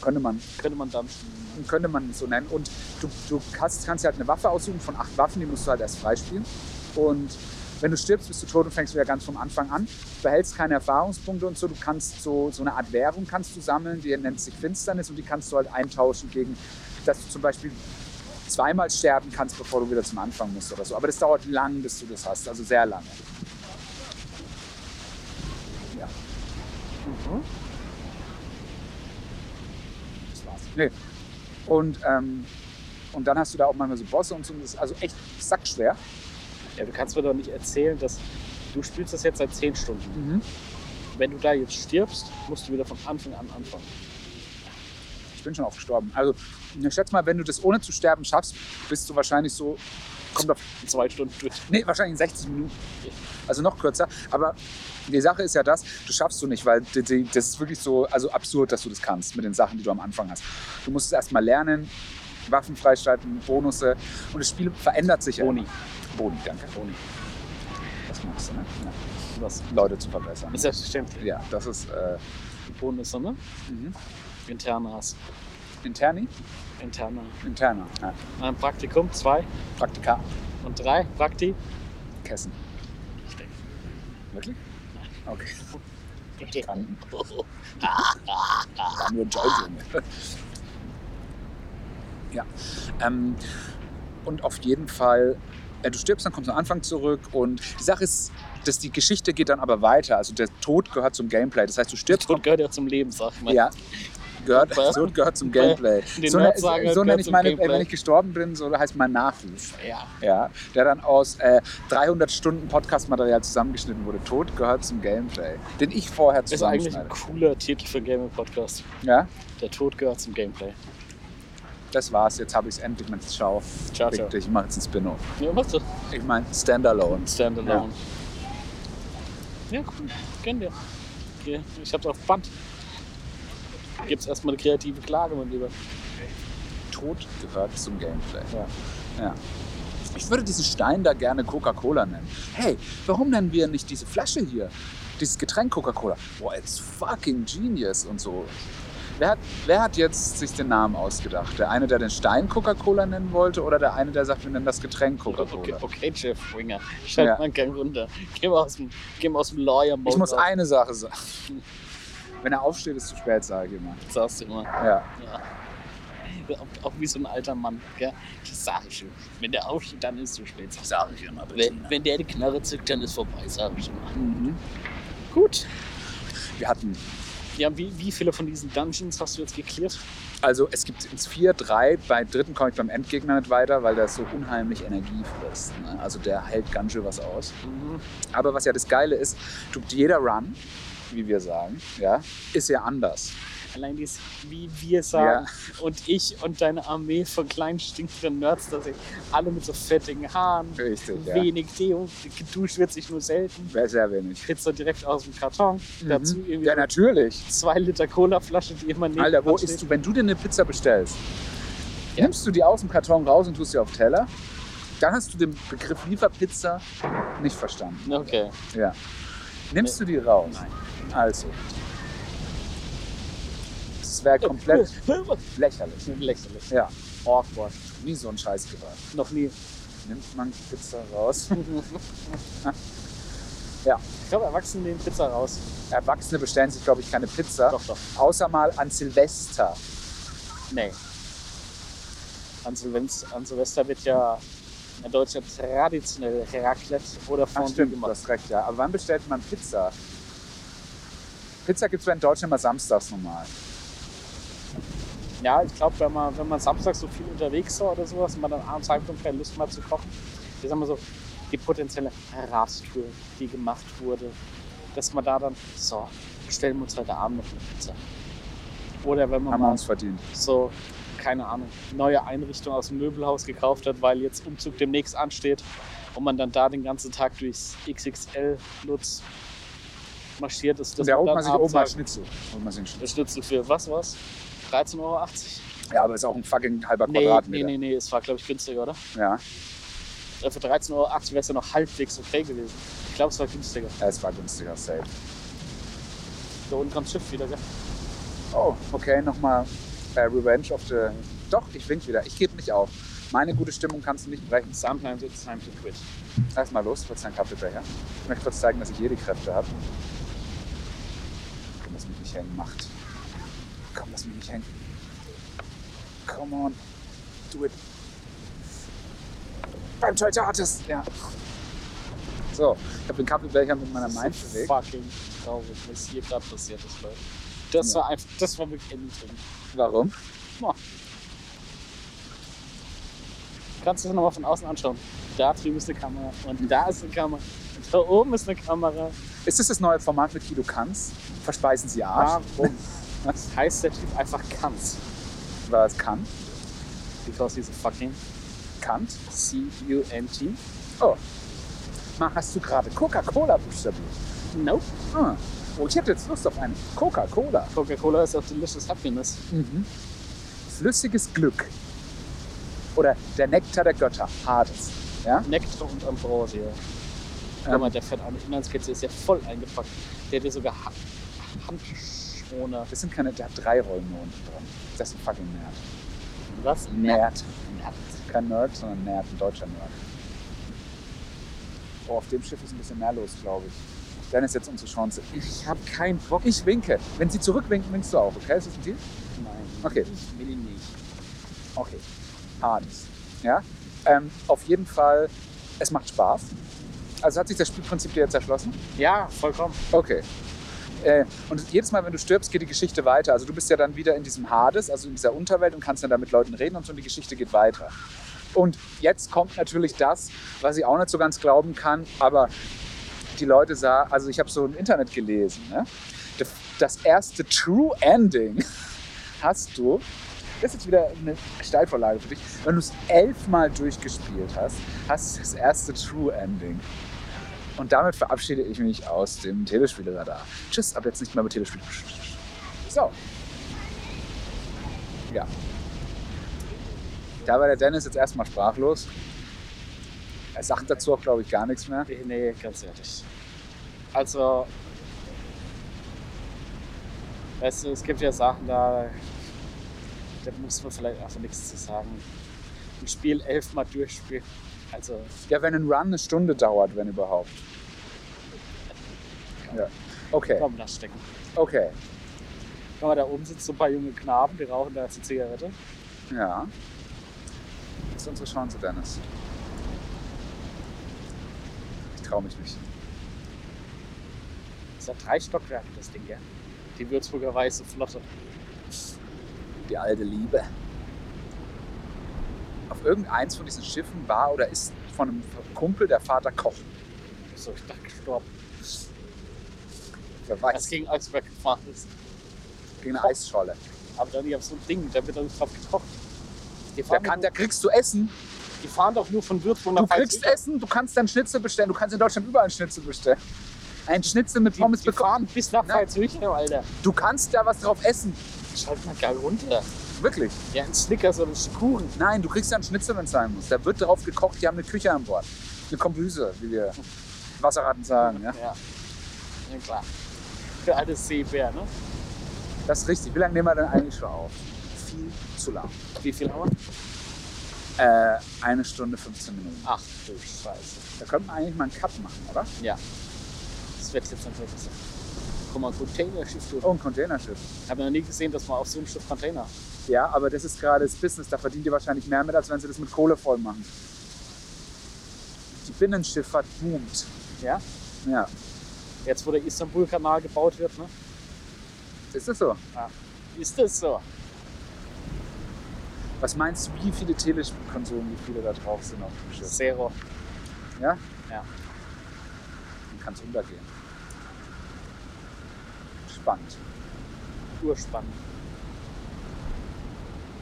S2: könnte man,
S3: Könnte man dampfen.
S2: könnte man so nennen. Und du, du kannst, kannst dir halt eine Waffe aussuchen von acht Waffen, die musst du halt erst freispielen. Und wenn du stirbst, bist du tot und fängst wieder ganz vom Anfang an. Du behältst keine Erfahrungspunkte und so. Du kannst so, so eine Art Währung kannst du sammeln, die nennt sich Finsternis und die kannst du halt eintauschen gegen, dass du zum Beispiel zweimal sterben kannst, bevor du wieder zum Anfang musst oder so. Aber das dauert lang, bis du das hast, also sehr lange.
S3: Mhm.
S2: Das war's. Nee. Und, ähm, und dann hast du da auch manchmal so Bosse und so. Das ist also echt sackschwer.
S3: Ja, du kannst mir doch nicht erzählen, dass du spielst das jetzt seit zehn Stunden. Wenn du da jetzt stirbst, musst du wieder von Anfang an anfangen.
S2: Ich bin schon oft gestorben. Also ich schätze mal, wenn du das ohne zu sterben schaffst, bist du wahrscheinlich so
S3: kommt auf zwei Stunden durch.
S2: Nee, wahrscheinlich in 60 Minuten. Also noch kürzer. Aber die Sache ist ja das, du schaffst du nicht, weil die, die, das ist wirklich so also absurd, dass du das kannst mit den Sachen, die du am Anfang hast. Du musst es erstmal lernen, Waffen freischalten, Bonusse. Und das Spiel verändert sich ja
S3: Boni.
S2: immer. Boni, danke. Boni. Das magst du, ne? Ja.
S3: Was?
S2: Leute zu verbessern.
S3: Selbstverständlich.
S2: Ja, das ist äh,
S3: Bonusse, ne?
S2: mhm.
S3: Internas.
S2: Interni?
S3: Interna.
S2: Interner. Ja.
S3: Ein Praktikum, zwei
S2: Praktika.
S3: und drei Prakti.
S2: Kessen. Wirklich? Okay. Kann, war nur ein Joke, Junge. [LAUGHS] Ja. Ähm, und auf jeden Fall, äh, du stirbst, dann kommst du am Anfang zurück. Und die Sache ist, dass die Geschichte geht dann aber weiter. Also der Tod gehört zum Gameplay. Das heißt, du stirbst.
S3: Tod gehört ja zum Leben, sag mal.
S2: Ja. Gehört, Tod gehört zum Gameplay.
S3: Den
S2: So,
S3: Nerds sagen,
S2: so
S3: gehört
S2: nenne ich
S3: zum
S2: meine, äh,
S3: Gameplay.
S2: wenn ich gestorben bin, so heißt mein Nachruf.
S3: ja.
S2: Ja, der dann aus äh, 300 Stunden Podcast-Material zusammengeschnitten wurde. Tod gehört zum Gameplay, den ich vorher
S3: Ist eigentlich ein
S2: zusammenschneide.
S3: cooler Titel für Gaming Podcast.
S2: Ja,
S3: Der Tod gehört zum Gameplay.
S2: das war's. Jetzt habe ich es endlich mit Schau.
S3: Ciao,
S2: Fick
S3: ciao.
S2: dich, Ich mache jetzt einen Spin-off.
S3: Ja, was doch?
S2: Ich meine, Standalone.
S3: Standalone. Ja, cool. Kennt ihr. Hier, Ich hab's auf Band. Gibt's erstmal eine kreative Klage, mein Lieber.
S2: Tod gehört zum Gameplay.
S3: Ja.
S2: Ja. Ich würde diesen Stein da gerne Coca-Cola nennen. Hey, warum nennen wir nicht diese Flasche hier? Dieses Getränk Coca-Cola. Boah, it's fucking genius und so. Wer hat, wer hat jetzt sich den Namen ausgedacht? Der eine, der den Stein Coca-Cola nennen wollte oder der eine, der sagt, wir nennen das Getränk
S3: Okay,
S2: Coca-Cola?
S3: okay, Jeff Winger. Schalt
S2: Ja.
S3: mal keinen runter. Geh mal aus dem, geh mal aus dem Lawyer Mode.
S2: Ich muss
S3: raus.
S2: eine Sache sagen. [LAUGHS] Wenn er aufsteht, ist es zu spät, sage ich immer.
S3: Das sagst du immer.
S2: Ja.
S3: Ja. Auch, auch wie so ein alter Mann. Gell? Das sag ich schon. Wenn der aufsteht, dann ist es zu spät.
S2: Sage ich immer,
S3: Wenn, wenn der die Knarre zückt, dann ist vorbei, sag ich immer.
S2: Mhm.
S3: Gut.
S2: Wir hatten
S3: Ja, wie, wie viele von diesen Dungeons hast du jetzt geklärt?
S2: Also es gibt ins 4, 3, bei dritten komme ich beim Endgegner nicht weiter, weil der so unheimlich Energie frisst. Ne? Also der hält ganz schön was aus.
S3: Mhm.
S2: Aber was ja das Geile ist, tut jeder Run, wie wir sagen, ja, ist ja anders.
S3: Allein dies, wie wir sagen, und ich und deine Armee von kleinen stinkenden Nerds, dass ich alle mit so fettigen Haaren,
S2: Richtig, ja.
S3: wenig Deo, geduscht wird sich nur selten,
S2: Wär Sehr wenig.
S3: Pizza direkt aus dem Karton, Mhm. dazu irgendwie
S2: Mhm. Ja, natürlich.
S3: zwei Liter Cola-Flasche, die immer neben
S2: Alter, wo
S3: dran
S2: isst
S3: steht.
S2: du, wenn du dir eine Pizza bestellst, nimmst du die aus dem Karton raus und tust sie auf den Teller? Dann hast du den Begriff Lieferpizza nicht verstanden.
S3: Okay.
S2: Ja. Nimmst du die raus?
S3: Nein.
S2: Also. Das wäre komplett lächerlich.
S3: [LAUGHS] Lächerlich.
S2: Ja,
S3: Awkward.
S2: nie so ein Scheiß gebracht.
S3: Noch nie.
S2: Nimmt man die Pizza
S3: [LAUGHS]
S2: raus.
S3: Ich glaube, Erwachsene nehmen Pizza raus.
S2: Erwachsene bestellen sich, glaube ich, keine Pizza.
S3: Doch, doch.
S2: Außer mal an Silvester.
S3: Nee. An Silvester, an Silvester wird ja in Deutschland traditionell Raclette oder
S2: Ach,
S3: Fondue
S2: stimmt, du
S3: gemacht.
S2: hast recht, ja. Aber wann bestellt man Pizza? Pizza gibt es in Deutschland immer samstags normal.
S3: Ja, ich glaube, wenn man, wenn man samstags so viel unterwegs war oder sowas und man dann abends heimkommt, keine Lust mehr zu kochen, ich sag mal so, die potenzielle Ratstour, die gemacht wurde, dass man da dann, so, bestellen wir uns heute Abend noch eine Pizza. Oder wenn man
S2: Haben wir
S3: mal
S2: uns verdient.
S3: so, keine Ahnung, neue Einrichtung aus dem Möbelhaus gekauft hat, weil jetzt Umzug demnächst ansteht und man dann da den ganzen Tag durchs XXL-Lutz marschiert ist.
S2: Und da holt
S3: dann
S2: man sich
S3: abends halt
S2: oben mal
S3: sagt,
S2: Schnitzel. Holt man sich einen Schnitzel.
S3: Der Schnitzel für was war's? 13,80 Euro?
S2: Ja, aber ist auch ein fucking halber
S3: Nee, nee,
S2: Quadratmeter.
S3: nee, nee, es war, glaube ich, günstiger, oder?
S2: Ja,
S3: Äh, Für 13,80 Euro wäre es ja noch halbwegs okay gewesen. Ich glaube, es war günstiger.
S2: ja, es war günstiger, safe.
S3: Da unten kommt das Schiff wieder, gell?
S2: Oh, okay, nochmal äh, Revenge of the. Doch, ich wink wieder. Ich gebe nicht auf. Meine gute Stimmung kannst du nicht brechen.
S3: Sometimes it's time to quit.
S2: Lass mal los, kurz deinen Kaffeebecher. Ich möchte kurz zeigen, dass ich jede Kräfte habe. Komm, lass mich nicht hängen, macht. Komm, lass mich nicht hängen. Come on, do it. Beim Teutates! Ja. So, ich habe den Kaffeebecher mit meiner Mainz
S3: so
S2: bewegt.
S3: fucking traurig, was hier gerade passiert ist, Leute. Das
S2: Ja.
S3: war einfach, das war wirklich endlich.
S2: Warum?
S3: Kannst du das nochmal von außen anschauen? Da drüben ist eine Kamera und da ist eine Kamera und da oben ist eine Kamera.
S2: Ist das das neue Format mit Guido Kanz? Verspeisen Sie Arsch?
S3: [LAUGHS] Warum? Was heißt der Typ einfach Kanz?
S2: Weil es kann.
S3: Because he's a fucking
S2: Kant.
S3: C-U-N-T?
S2: Oh. Ma, hast du gerade Coca-Cola buchstabiert?
S3: Nope.
S2: Ah. Oh, ich hätte jetzt Lust auf eine Coca-Cola. Mhm.
S3: Coca-Cola ist auch delicious happiness.
S2: Flüssiges Glück. Oder der Nektar der Götter. Hades. Ja?
S3: Nektar und Ambrosia. Guck mal, der fährt auch nicht Inlandskizze, ist ja voll eingepackt. Der hat ja sogar ha Handschoner.
S2: Das sind keine, der hat drei Rollen unten dran. Das ist ein fucking Nerd.
S3: Was?
S2: Nerd.
S3: Nerd.
S2: Kein Nerd, sondern Nerd, ein deutscher Nerd. Oh, auf dem Schiff ist ein bisschen mehr los, glaube ich. Dann ist jetzt unsere Chance.
S3: Ich habe keinen Bock.
S2: Ich winke. Wenn sie zurückwinken, winkst du auch, okay? Ist das ein Deal?
S3: Nein.
S2: Okay.
S3: Ich will ihn nicht.
S2: Okay. Hades. Ja? Ähm, auf jeden Fall, es macht Spaß. Also hat sich das Spielprinzip dir jetzt erschlossen?
S3: Ja, vollkommen.
S2: Okay. Äh, und jedes Mal, wenn du stirbst, geht die Geschichte weiter. Also du bist ja dann wieder in diesem Hades, also in dieser Unterwelt und kannst dann da mit Leuten reden und schon die Geschichte geht weiter. Und jetzt kommt natürlich das, was ich auch nicht so ganz glauben kann, aber die Leute sah, also ich habe so im Internet gelesen, ne? D- das erste True Ending [LAUGHS] hast du, das ist jetzt wieder eine Steilvorlage für dich, wenn du es elfmal durchgespielt hast, hast du das erste True Ending. Und damit verabschiede ich mich aus dem Telespieleradar. Tschüss, ab jetzt nicht mehr mit Telespielen. So. Ja. Da war der Dennis jetzt erstmal sprachlos. Er sagt dazu auch, glaube ich, gar nichts mehr.
S3: Nee, Nee, ganz ehrlich. Also, weißt du, es gibt ja Sachen, da, da muss man vielleicht einfach nichts zu sagen. Ein Spiel elfmal durchspielen. Also,
S2: Ja, wenn ein Run eine Stunde dauert, wenn überhaupt. Ja. Okay,
S3: komm, da stecken.
S2: okay.
S3: Guck mal, da oben sitzen so ein paar junge Knaben, die rauchen da jetzt eine Zigarette.
S2: Ja. Das ist unsere Chance, Dennis. Ich traue mich nicht.
S3: Das hat drei Stockwerke, das Ding, ja. Die Würzburger Weiße Flotte.
S2: Die alte Liebe. Auf irgendeins von diesen Schiffen war oder ist von einem Kumpel der Vater Koch.
S3: So, ich dachte, gestorben.
S2: Wer
S3: Als
S2: weiß,
S3: gegen Eisberg gefahren ist.
S2: gegen eine Eisscholle.
S3: Aber dann die haben so ein Ding, da wird dann drauf gekocht. Die
S2: Da,
S3: fahren,
S2: kann, da
S3: doch,
S2: kriegst du Essen.
S3: die fahren doch nur von Würzburg
S2: Du
S3: nach Pfalz
S2: kriegst Essen, du kannst dann Schnitzel bestellen. Du kannst in Deutschland überall Schnitzel bestellen. Ein Schnitzel mit
S3: Die,
S2: Pommes
S3: die
S2: bekommen.
S3: fahren bis nach
S2: Na?
S3: Pfalzmünchen, Alter.
S2: Du kannst da was drauf essen.
S3: Schalt mal geil runter.
S2: Wirklich.
S3: Ja, ein Snickers oder ein Stück Kuchen.
S2: Nein, du kriegst ja einen Schnitzel, wenn es sein muss. Da wird drauf gekocht, die haben eine Küche an Bord. Eine Kombüse, wie wir Wasserratten sagen. Ja?
S3: Ja. ja klar. Für alle Seebär, ne?
S2: Das ist richtig. Wie lange nehmen wir denn eigentlich schon auf? Viel zu lang.
S3: Wie viel Uhr?
S2: Äh, eine Stunde 15 Minuten.
S3: Ach du Oh, Scheiße.
S2: Da könnte man eigentlich mal einen Cut machen, oder?
S3: Ja. Das wird jetzt natürlich besser. Guck mal, Containerschiff, du.
S2: Oh, ein Containerschiff.
S3: Ich habe noch nie gesehen, dass man auf so einem Schiff Container.
S2: Ja, aber das ist gerade das Business. Da verdient ihr wahrscheinlich mehr mit, als wenn sie das mit Kohle voll machen. Die Binnenschifffahrt boomt.
S3: Ja?
S2: Ja,
S3: Jetzt, wo der Istanbul-Kanal gebaut wird, ne?
S2: ist das so?
S3: Ist das so?
S2: Was meinst du, wie viele Telekonsolen, wie viele da drauf sind auf dem Schiff?
S3: Zero.
S2: Ja?
S3: Ja.
S2: Dann kann es untergehen. Spannend.
S3: Urspannend.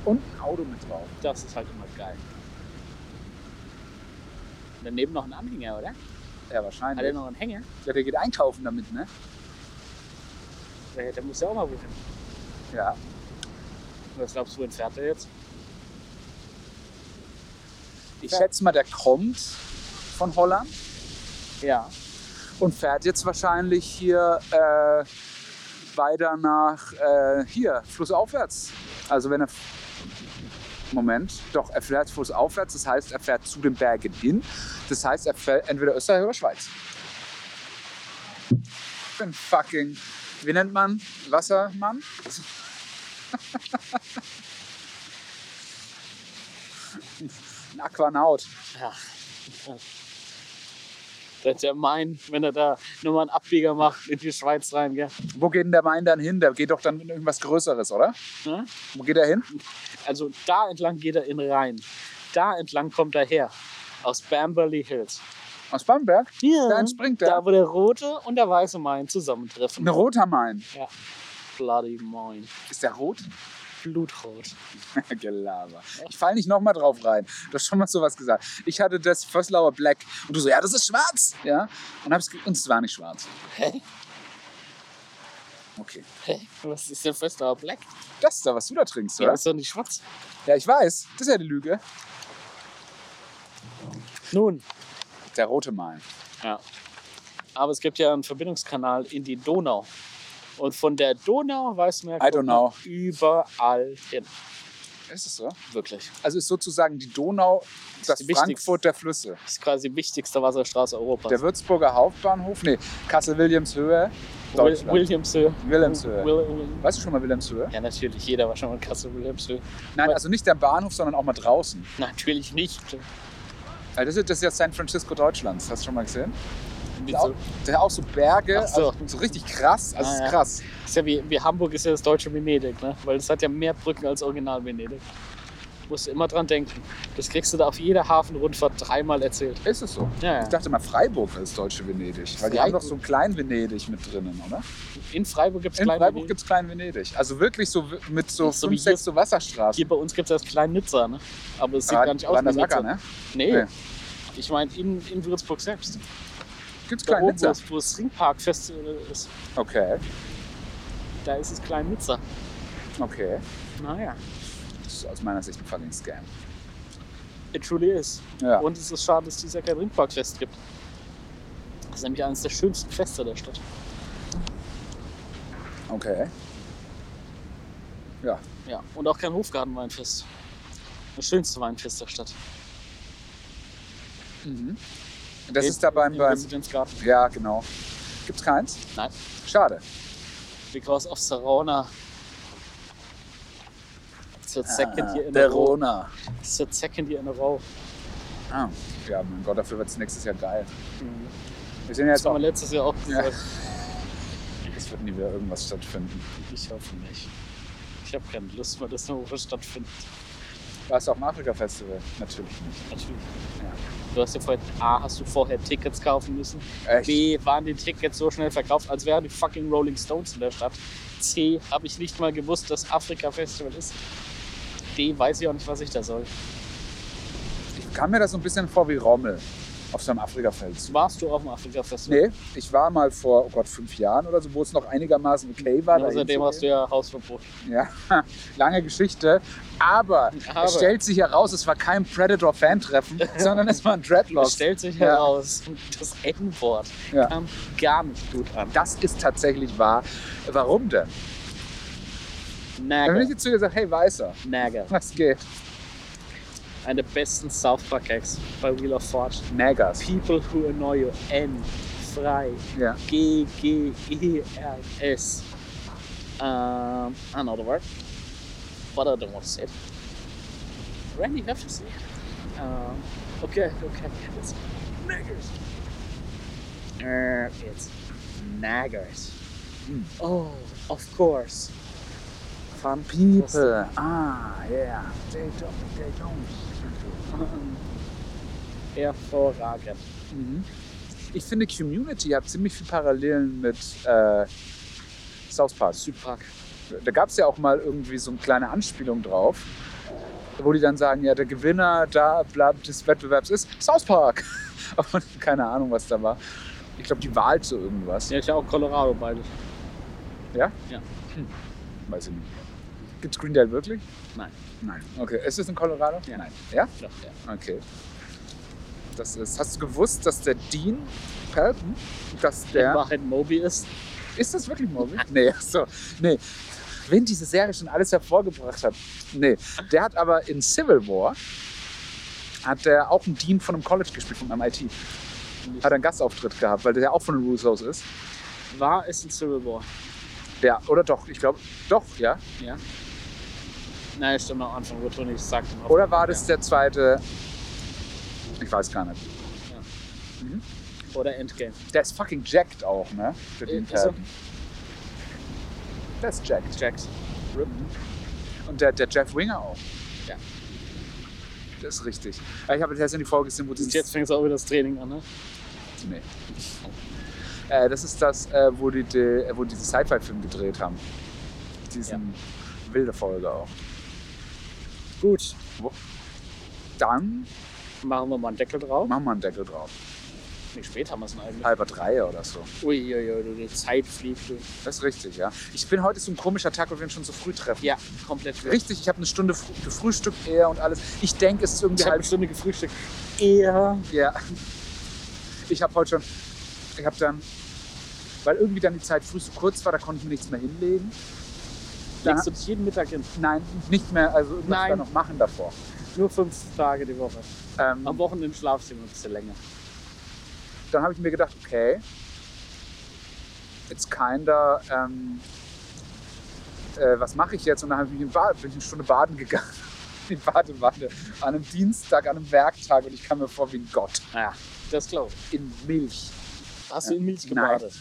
S2: Und ein Auto mit drauf.
S3: Das ist halt immer geil. Und daneben noch ein Anhänger, oder?
S2: Ja,
S3: Hat er
S2: wahrscheinlich.
S3: noch einen Hänger?
S2: Ja, der geht einkaufen damit, ne?
S3: Der, der muss ja auch mal wohin.
S2: Ja.
S3: Was glaubst du, wohin fährt er jetzt?
S2: Ich
S3: Ja.
S2: schätze mal, der kommt von Holland
S3: Ja.
S2: und fährt jetzt wahrscheinlich hier äh, weiter nach äh, hier, flussaufwärts. Also wenn er. Moment, doch, er fährt flussaufwärts, das heißt, er fährt zu den Bergen hin. Das heißt, er fährt entweder Österreich oder Schweiz. Ich bin fucking. Wie nennt man? Wassermann? [LAUGHS] Ein Aquanaut.
S3: Das ist ja mein, wenn er da nur mal einen Abbieger macht in die Schweiz rein, gell?
S2: Wo geht denn der Main dann hin? Der geht doch dann in irgendwas Größeres, oder?
S3: Ne?
S2: Wo geht er hin?
S3: Also da entlang geht er in Rhein. Da entlang kommt er her. Aus Bamberley Hills.
S2: Aus Bamberg?
S3: Ja.
S2: Da entspringt er.
S3: Da, wo der rote und der weiße Main zusammentreffen.
S2: Ein roter Main.
S3: Ja. Bloody Main.
S2: Ist der rot? [LAUGHS]
S3: blutrot.
S2: Gelaber. Ich fall nicht nochmal drauf rein. Du hast schon mal sowas gesagt. Ich hatte das Vösslauer Black und du so, ja, das ist schwarz. Ja? Und, hab's, ge- und es war nicht schwarz.
S3: Hä?
S2: Okay.
S3: Hä? Was ist denn Fester Black?
S2: Das da, was du da trinkst,
S3: Ja,
S2: oder?
S3: ist doch nicht schwarz.
S2: Ja, ich weiß. Das ist ja die Lüge.
S3: Nun.
S2: Der rote Mal.
S3: Ja. Aber es gibt ja einen Verbindungskanal in die Donau. Und von der Donau weiß man ja
S2: I don't know.
S3: überall hin.
S2: Ist es so?
S3: Wirklich.
S2: Also ist sozusagen die Donau
S3: Das
S2: das
S3: ist die
S2: Frankfurt der Flüsse.
S3: Das ist quasi die wichtigste Wasserstraße Europas.
S2: Der Würzburger Hauptbahnhof, nee, Kassel-Wilhelmshöhe,
S3: Wil-
S2: Deutschland.
S3: Williamshöhe.
S2: Wilhelmshöhe.
S3: Wil- Wil-
S2: Weißt du schon mal Wilhelmshöhe?
S3: Ja, natürlich. Jeder war schon mal in Kassel Wilhelmshöhe.
S2: Nein, also nicht der Bahnhof, sondern auch mal draußen.
S3: Natürlich nicht.
S2: Also Das ist das ist ja San Francisco Deutschlands. Hast du schon mal gesehen?
S3: Wieso?
S2: Da, da auch so Berge,
S3: Ach so.
S2: Also so richtig krass. Also
S3: Ah,
S2: es
S3: ja.
S2: ist krass.
S3: Ist ja wie, wie Hamburg ist ja das deutsche Venedig, ne? Weil es hat ja mehr Brücken als Original Venedig. Musst du immer dran denken. Das kriegst du da auf jeder Hafenrundfahrt dreimal erzählt.
S2: Ist es so?
S3: Ja,
S2: Ich
S3: ja.
S2: dachte mal, Freiburg ist deutsche Venedig. Weil die
S3: Freiburg.
S2: haben doch so ein Klein-Venedig mit drinnen, oder?
S3: In Freiburg gibt es
S2: In
S3: kleine
S2: Freiburg
S3: Venedig.
S2: gibt es Klein-Venedig. Also wirklich so wi- mit so
S3: So wie
S2: fünf,
S3: hier-
S2: sechs so Wasserstraßen. Ah,
S3: Hier bei uns gibt es das kleine Nizza, ne? Aber es sieht
S2: Rad-
S3: gar nicht aus wie
S2: Randersacker,
S3: Nizza.
S2: ne?
S3: Nee.
S2: Nee.
S3: Ich meine, in, in Würzburg selbst.
S2: Gibt es
S3: Da oben, wo
S2: Klein-Nizza?
S3: das- wo das Ringpark-Fest äh, ist,
S2: Okay,
S3: da ist es Klein Nizza.
S2: okay. Ah,
S3: Naja,
S2: Das ist aus meiner Sicht ein fucking Scam.
S3: it truly is.
S2: Ja.
S3: Und es ist schade, dass es dieses Jahr kein Ringpark-Fest gibt. Das ist nämlich eines der schönsten Feste der Stadt.
S2: Okay. Ja,
S3: Ja, und auch kein Hofgartenweinfest. Das schönste Weinfest der Stadt.
S2: Mhm. Das
S3: In-
S2: ist da beim,
S3: im
S2: beim
S3: Residenzgarten.
S2: ja genau. Gibt's keins?
S3: Nein,
S2: Schade.
S3: because of Serona. It's the second year in a
S2: Ah, der
S3: row.
S2: Rona.
S3: It's the second year in a row.
S2: Ah, ja, mein Gott, dafür wird's nächstes Jahr geil.
S3: Mhm.
S2: Wir sind ja
S3: Das
S2: jetzt
S3: haben wir
S2: auch,
S3: letztes Jahr auch
S2: Ja.
S3: gesagt.
S2: es wird nie wieder irgendwas stattfinden.
S3: Ich hoffe nicht. Ich habe keine Lust mehr, dass eine Woche stattfindet.
S2: Warst du auf dem Afrika-Festival? Natürlich nicht.
S3: Natürlich.
S2: Ja.
S3: Du hast ja vorher, A, hast du vorher Tickets kaufen müssen.
S2: Echt?
S3: B, waren die Tickets so schnell verkauft, als wären die fucking Rolling Stones in der Stadt. C, habe ich nicht mal gewusst, dass Afrika Festival ist. D, weiß ich auch nicht, was ich da soll.
S2: Ich kam mir das so ein bisschen vor wie Rommel auf so einem Afrika-Festival.
S3: Warst du auf dem Afrika Festival?
S2: Nee, ich war mal vor, oh Gott, fünf Jahren oder so, wo es noch einigermaßen okay war. dahin
S3: Außerdem
S2: zu
S3: hast du ja Hausverbot.
S2: [LAUGHS] Ja, lange Geschichte. Aber,
S3: [LAUGHS] Aber.
S2: es stellt sich heraus, es war kein
S3: [LAUGHS]
S2: Predator-Fan-Treffen, sondern es war ein Dreadlock.
S3: Es stellt sich
S2: Ja.
S3: heraus, das N-Wort
S2: Ja.
S3: kam gar nicht gut an.
S2: Das ist tatsächlich wahr. Warum denn? Dann bin
S3: Nagger.
S2: ich jetzt zu dir gesagt, hey Weißer,
S3: Nagger.
S2: was geht?
S3: Einer der besten South Park Acts bei Wheel of Fortune.
S2: Naggers.
S3: People who annoy you. N. Frei.
S2: Ja.
S3: G G E R S. Um, another word, but I don't want to say it. Randy, you have to say it. Um, okay, okay. It's niggers. Er, it's naggers.
S2: Mm.
S3: Oh, of course. Fun
S2: People. Ah, yeah. They don't. They don't.
S3: Mm-hmm. Hervorragend.
S2: Mhm. Ich finde, Community hat ziemlich viel Parallelen mit äh, South Park.
S3: Südpark.
S2: Da gab es ja auch mal irgendwie so eine kleine Anspielung drauf, wo die dann sagen, ja, der Gewinner da bla, des Wettbewerbs ist South Park. [LAUGHS] Und keine Ahnung, was da war. Ich glaube, die Wahl zu irgendwas.
S3: Ja, ich auch Colorado beide.
S2: Ja?
S3: Ja.
S2: Hm. Weiß ich nicht. Gibt's Greendale wirklich?
S3: Nein.
S2: Nein. Okay. Ist es in Colorado?
S3: Ja.
S2: Nein. Ja?
S3: Ich glaub, ja.
S2: Okay. Das ist. Hast du gewusst, dass der Dean Pelton, dass
S3: Der
S2: der.
S3: Wachhead Moby ist.
S2: Ist das wirklich Moby? nee, ach so. Nee. Wenn diese Serie schon alles hervorgebracht hat. Nee. Der hat aber in Civil War hat der auch einen Dean von einem College gespielt, vom MIT. Hat einen Gastauftritt gehabt, weil der ja auch von den Russos ist.
S3: War es in Civil War.
S2: Der, oder doch, ich glaube, doch, ja.
S3: Ja. Nein, stimmt am Anfang, wo Tony sagt. um am Anfang,
S2: Oder war das der zweite? Ich weiß gar nicht.
S3: Ja. Oder Endgame.
S2: Der ist fucking jacked auch, ne? Für den
S3: Äh, ist er?
S2: Typen. Der ist jacked. Mhm.
S3: Jackson.
S2: Und der, der Jeff Winger auch.
S3: Ja.
S2: Das ist richtig. Aber Ich habe jetzt in die Folge gesehen, wo dieses...
S3: Und jetzt fängt es auch wieder das Training an, ne?
S2: Nee. Äh, das ist das, äh, wo, die, die, äh, wo die diesen Sci-Fi-Film gedreht haben. Diesen ziemlich wilde Folge auch.
S3: Gut,
S2: Dann
S3: machen wir mal einen Deckel drauf.
S2: machen wir einen Deckel drauf.
S3: Wie spät haben wir es denn eigentlich?
S2: Halber drei oder so.
S3: Uiuiui, du, die Zeit fliegt. du.
S2: Das ist richtig, ja. Ich bin heute so ein komischer Tag, wo wir uns schon so früh treffen.
S3: Ja, komplett weg.
S2: Richtig, ich habe eine Stunde früh, gefrühstückt eher und alles. Ich denke, es ist irgendwie
S3: Ich habe
S2: halb
S3: eine Stunde gefrühstückt. Eher.
S2: Ja. Ich habe heute schon, ich habe dann, weil irgendwie dann die Zeit früh zu kurz war, da konnte ich mir nichts mehr hinlegen. Da-
S3: Legst du dich jeden Mittag hin.
S2: Nein, nicht mehr, also irgendwas
S3: Nein.
S2: da noch machen davor.
S3: Nur fünf Tage die Woche.
S2: Ähm,
S3: Am Wochenende schlafst du immer ein bisschen länger.
S2: dann habe ich mir gedacht, okay, it's kinder, ähm, äh, was mache ich jetzt? Und dann hab ich mich im Bad, bin ich eine Stunde baden gegangen. [LAUGHS] Die Badewanne an einem Dienstag, an einem Werktag und ich kam mir vor wie ein Gott.
S3: Naja, das glaube ich.
S2: In Milch.
S3: Hast du in Milch
S2: Nein.
S3: gebadet?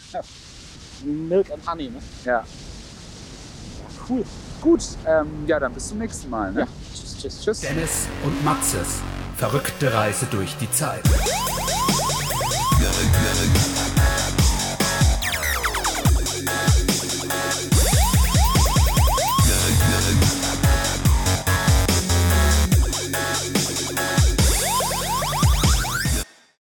S3: Milk and Honey, ne?
S2: Ja.
S3: Cool.
S2: Gut, ähm, ja, dann bis zum nächsten Mal. Ne?
S3: Ja. Tschüss, tschüss.
S2: Tschüss.
S1: Dennis und Maxes verrückte Reise durch die Zeit.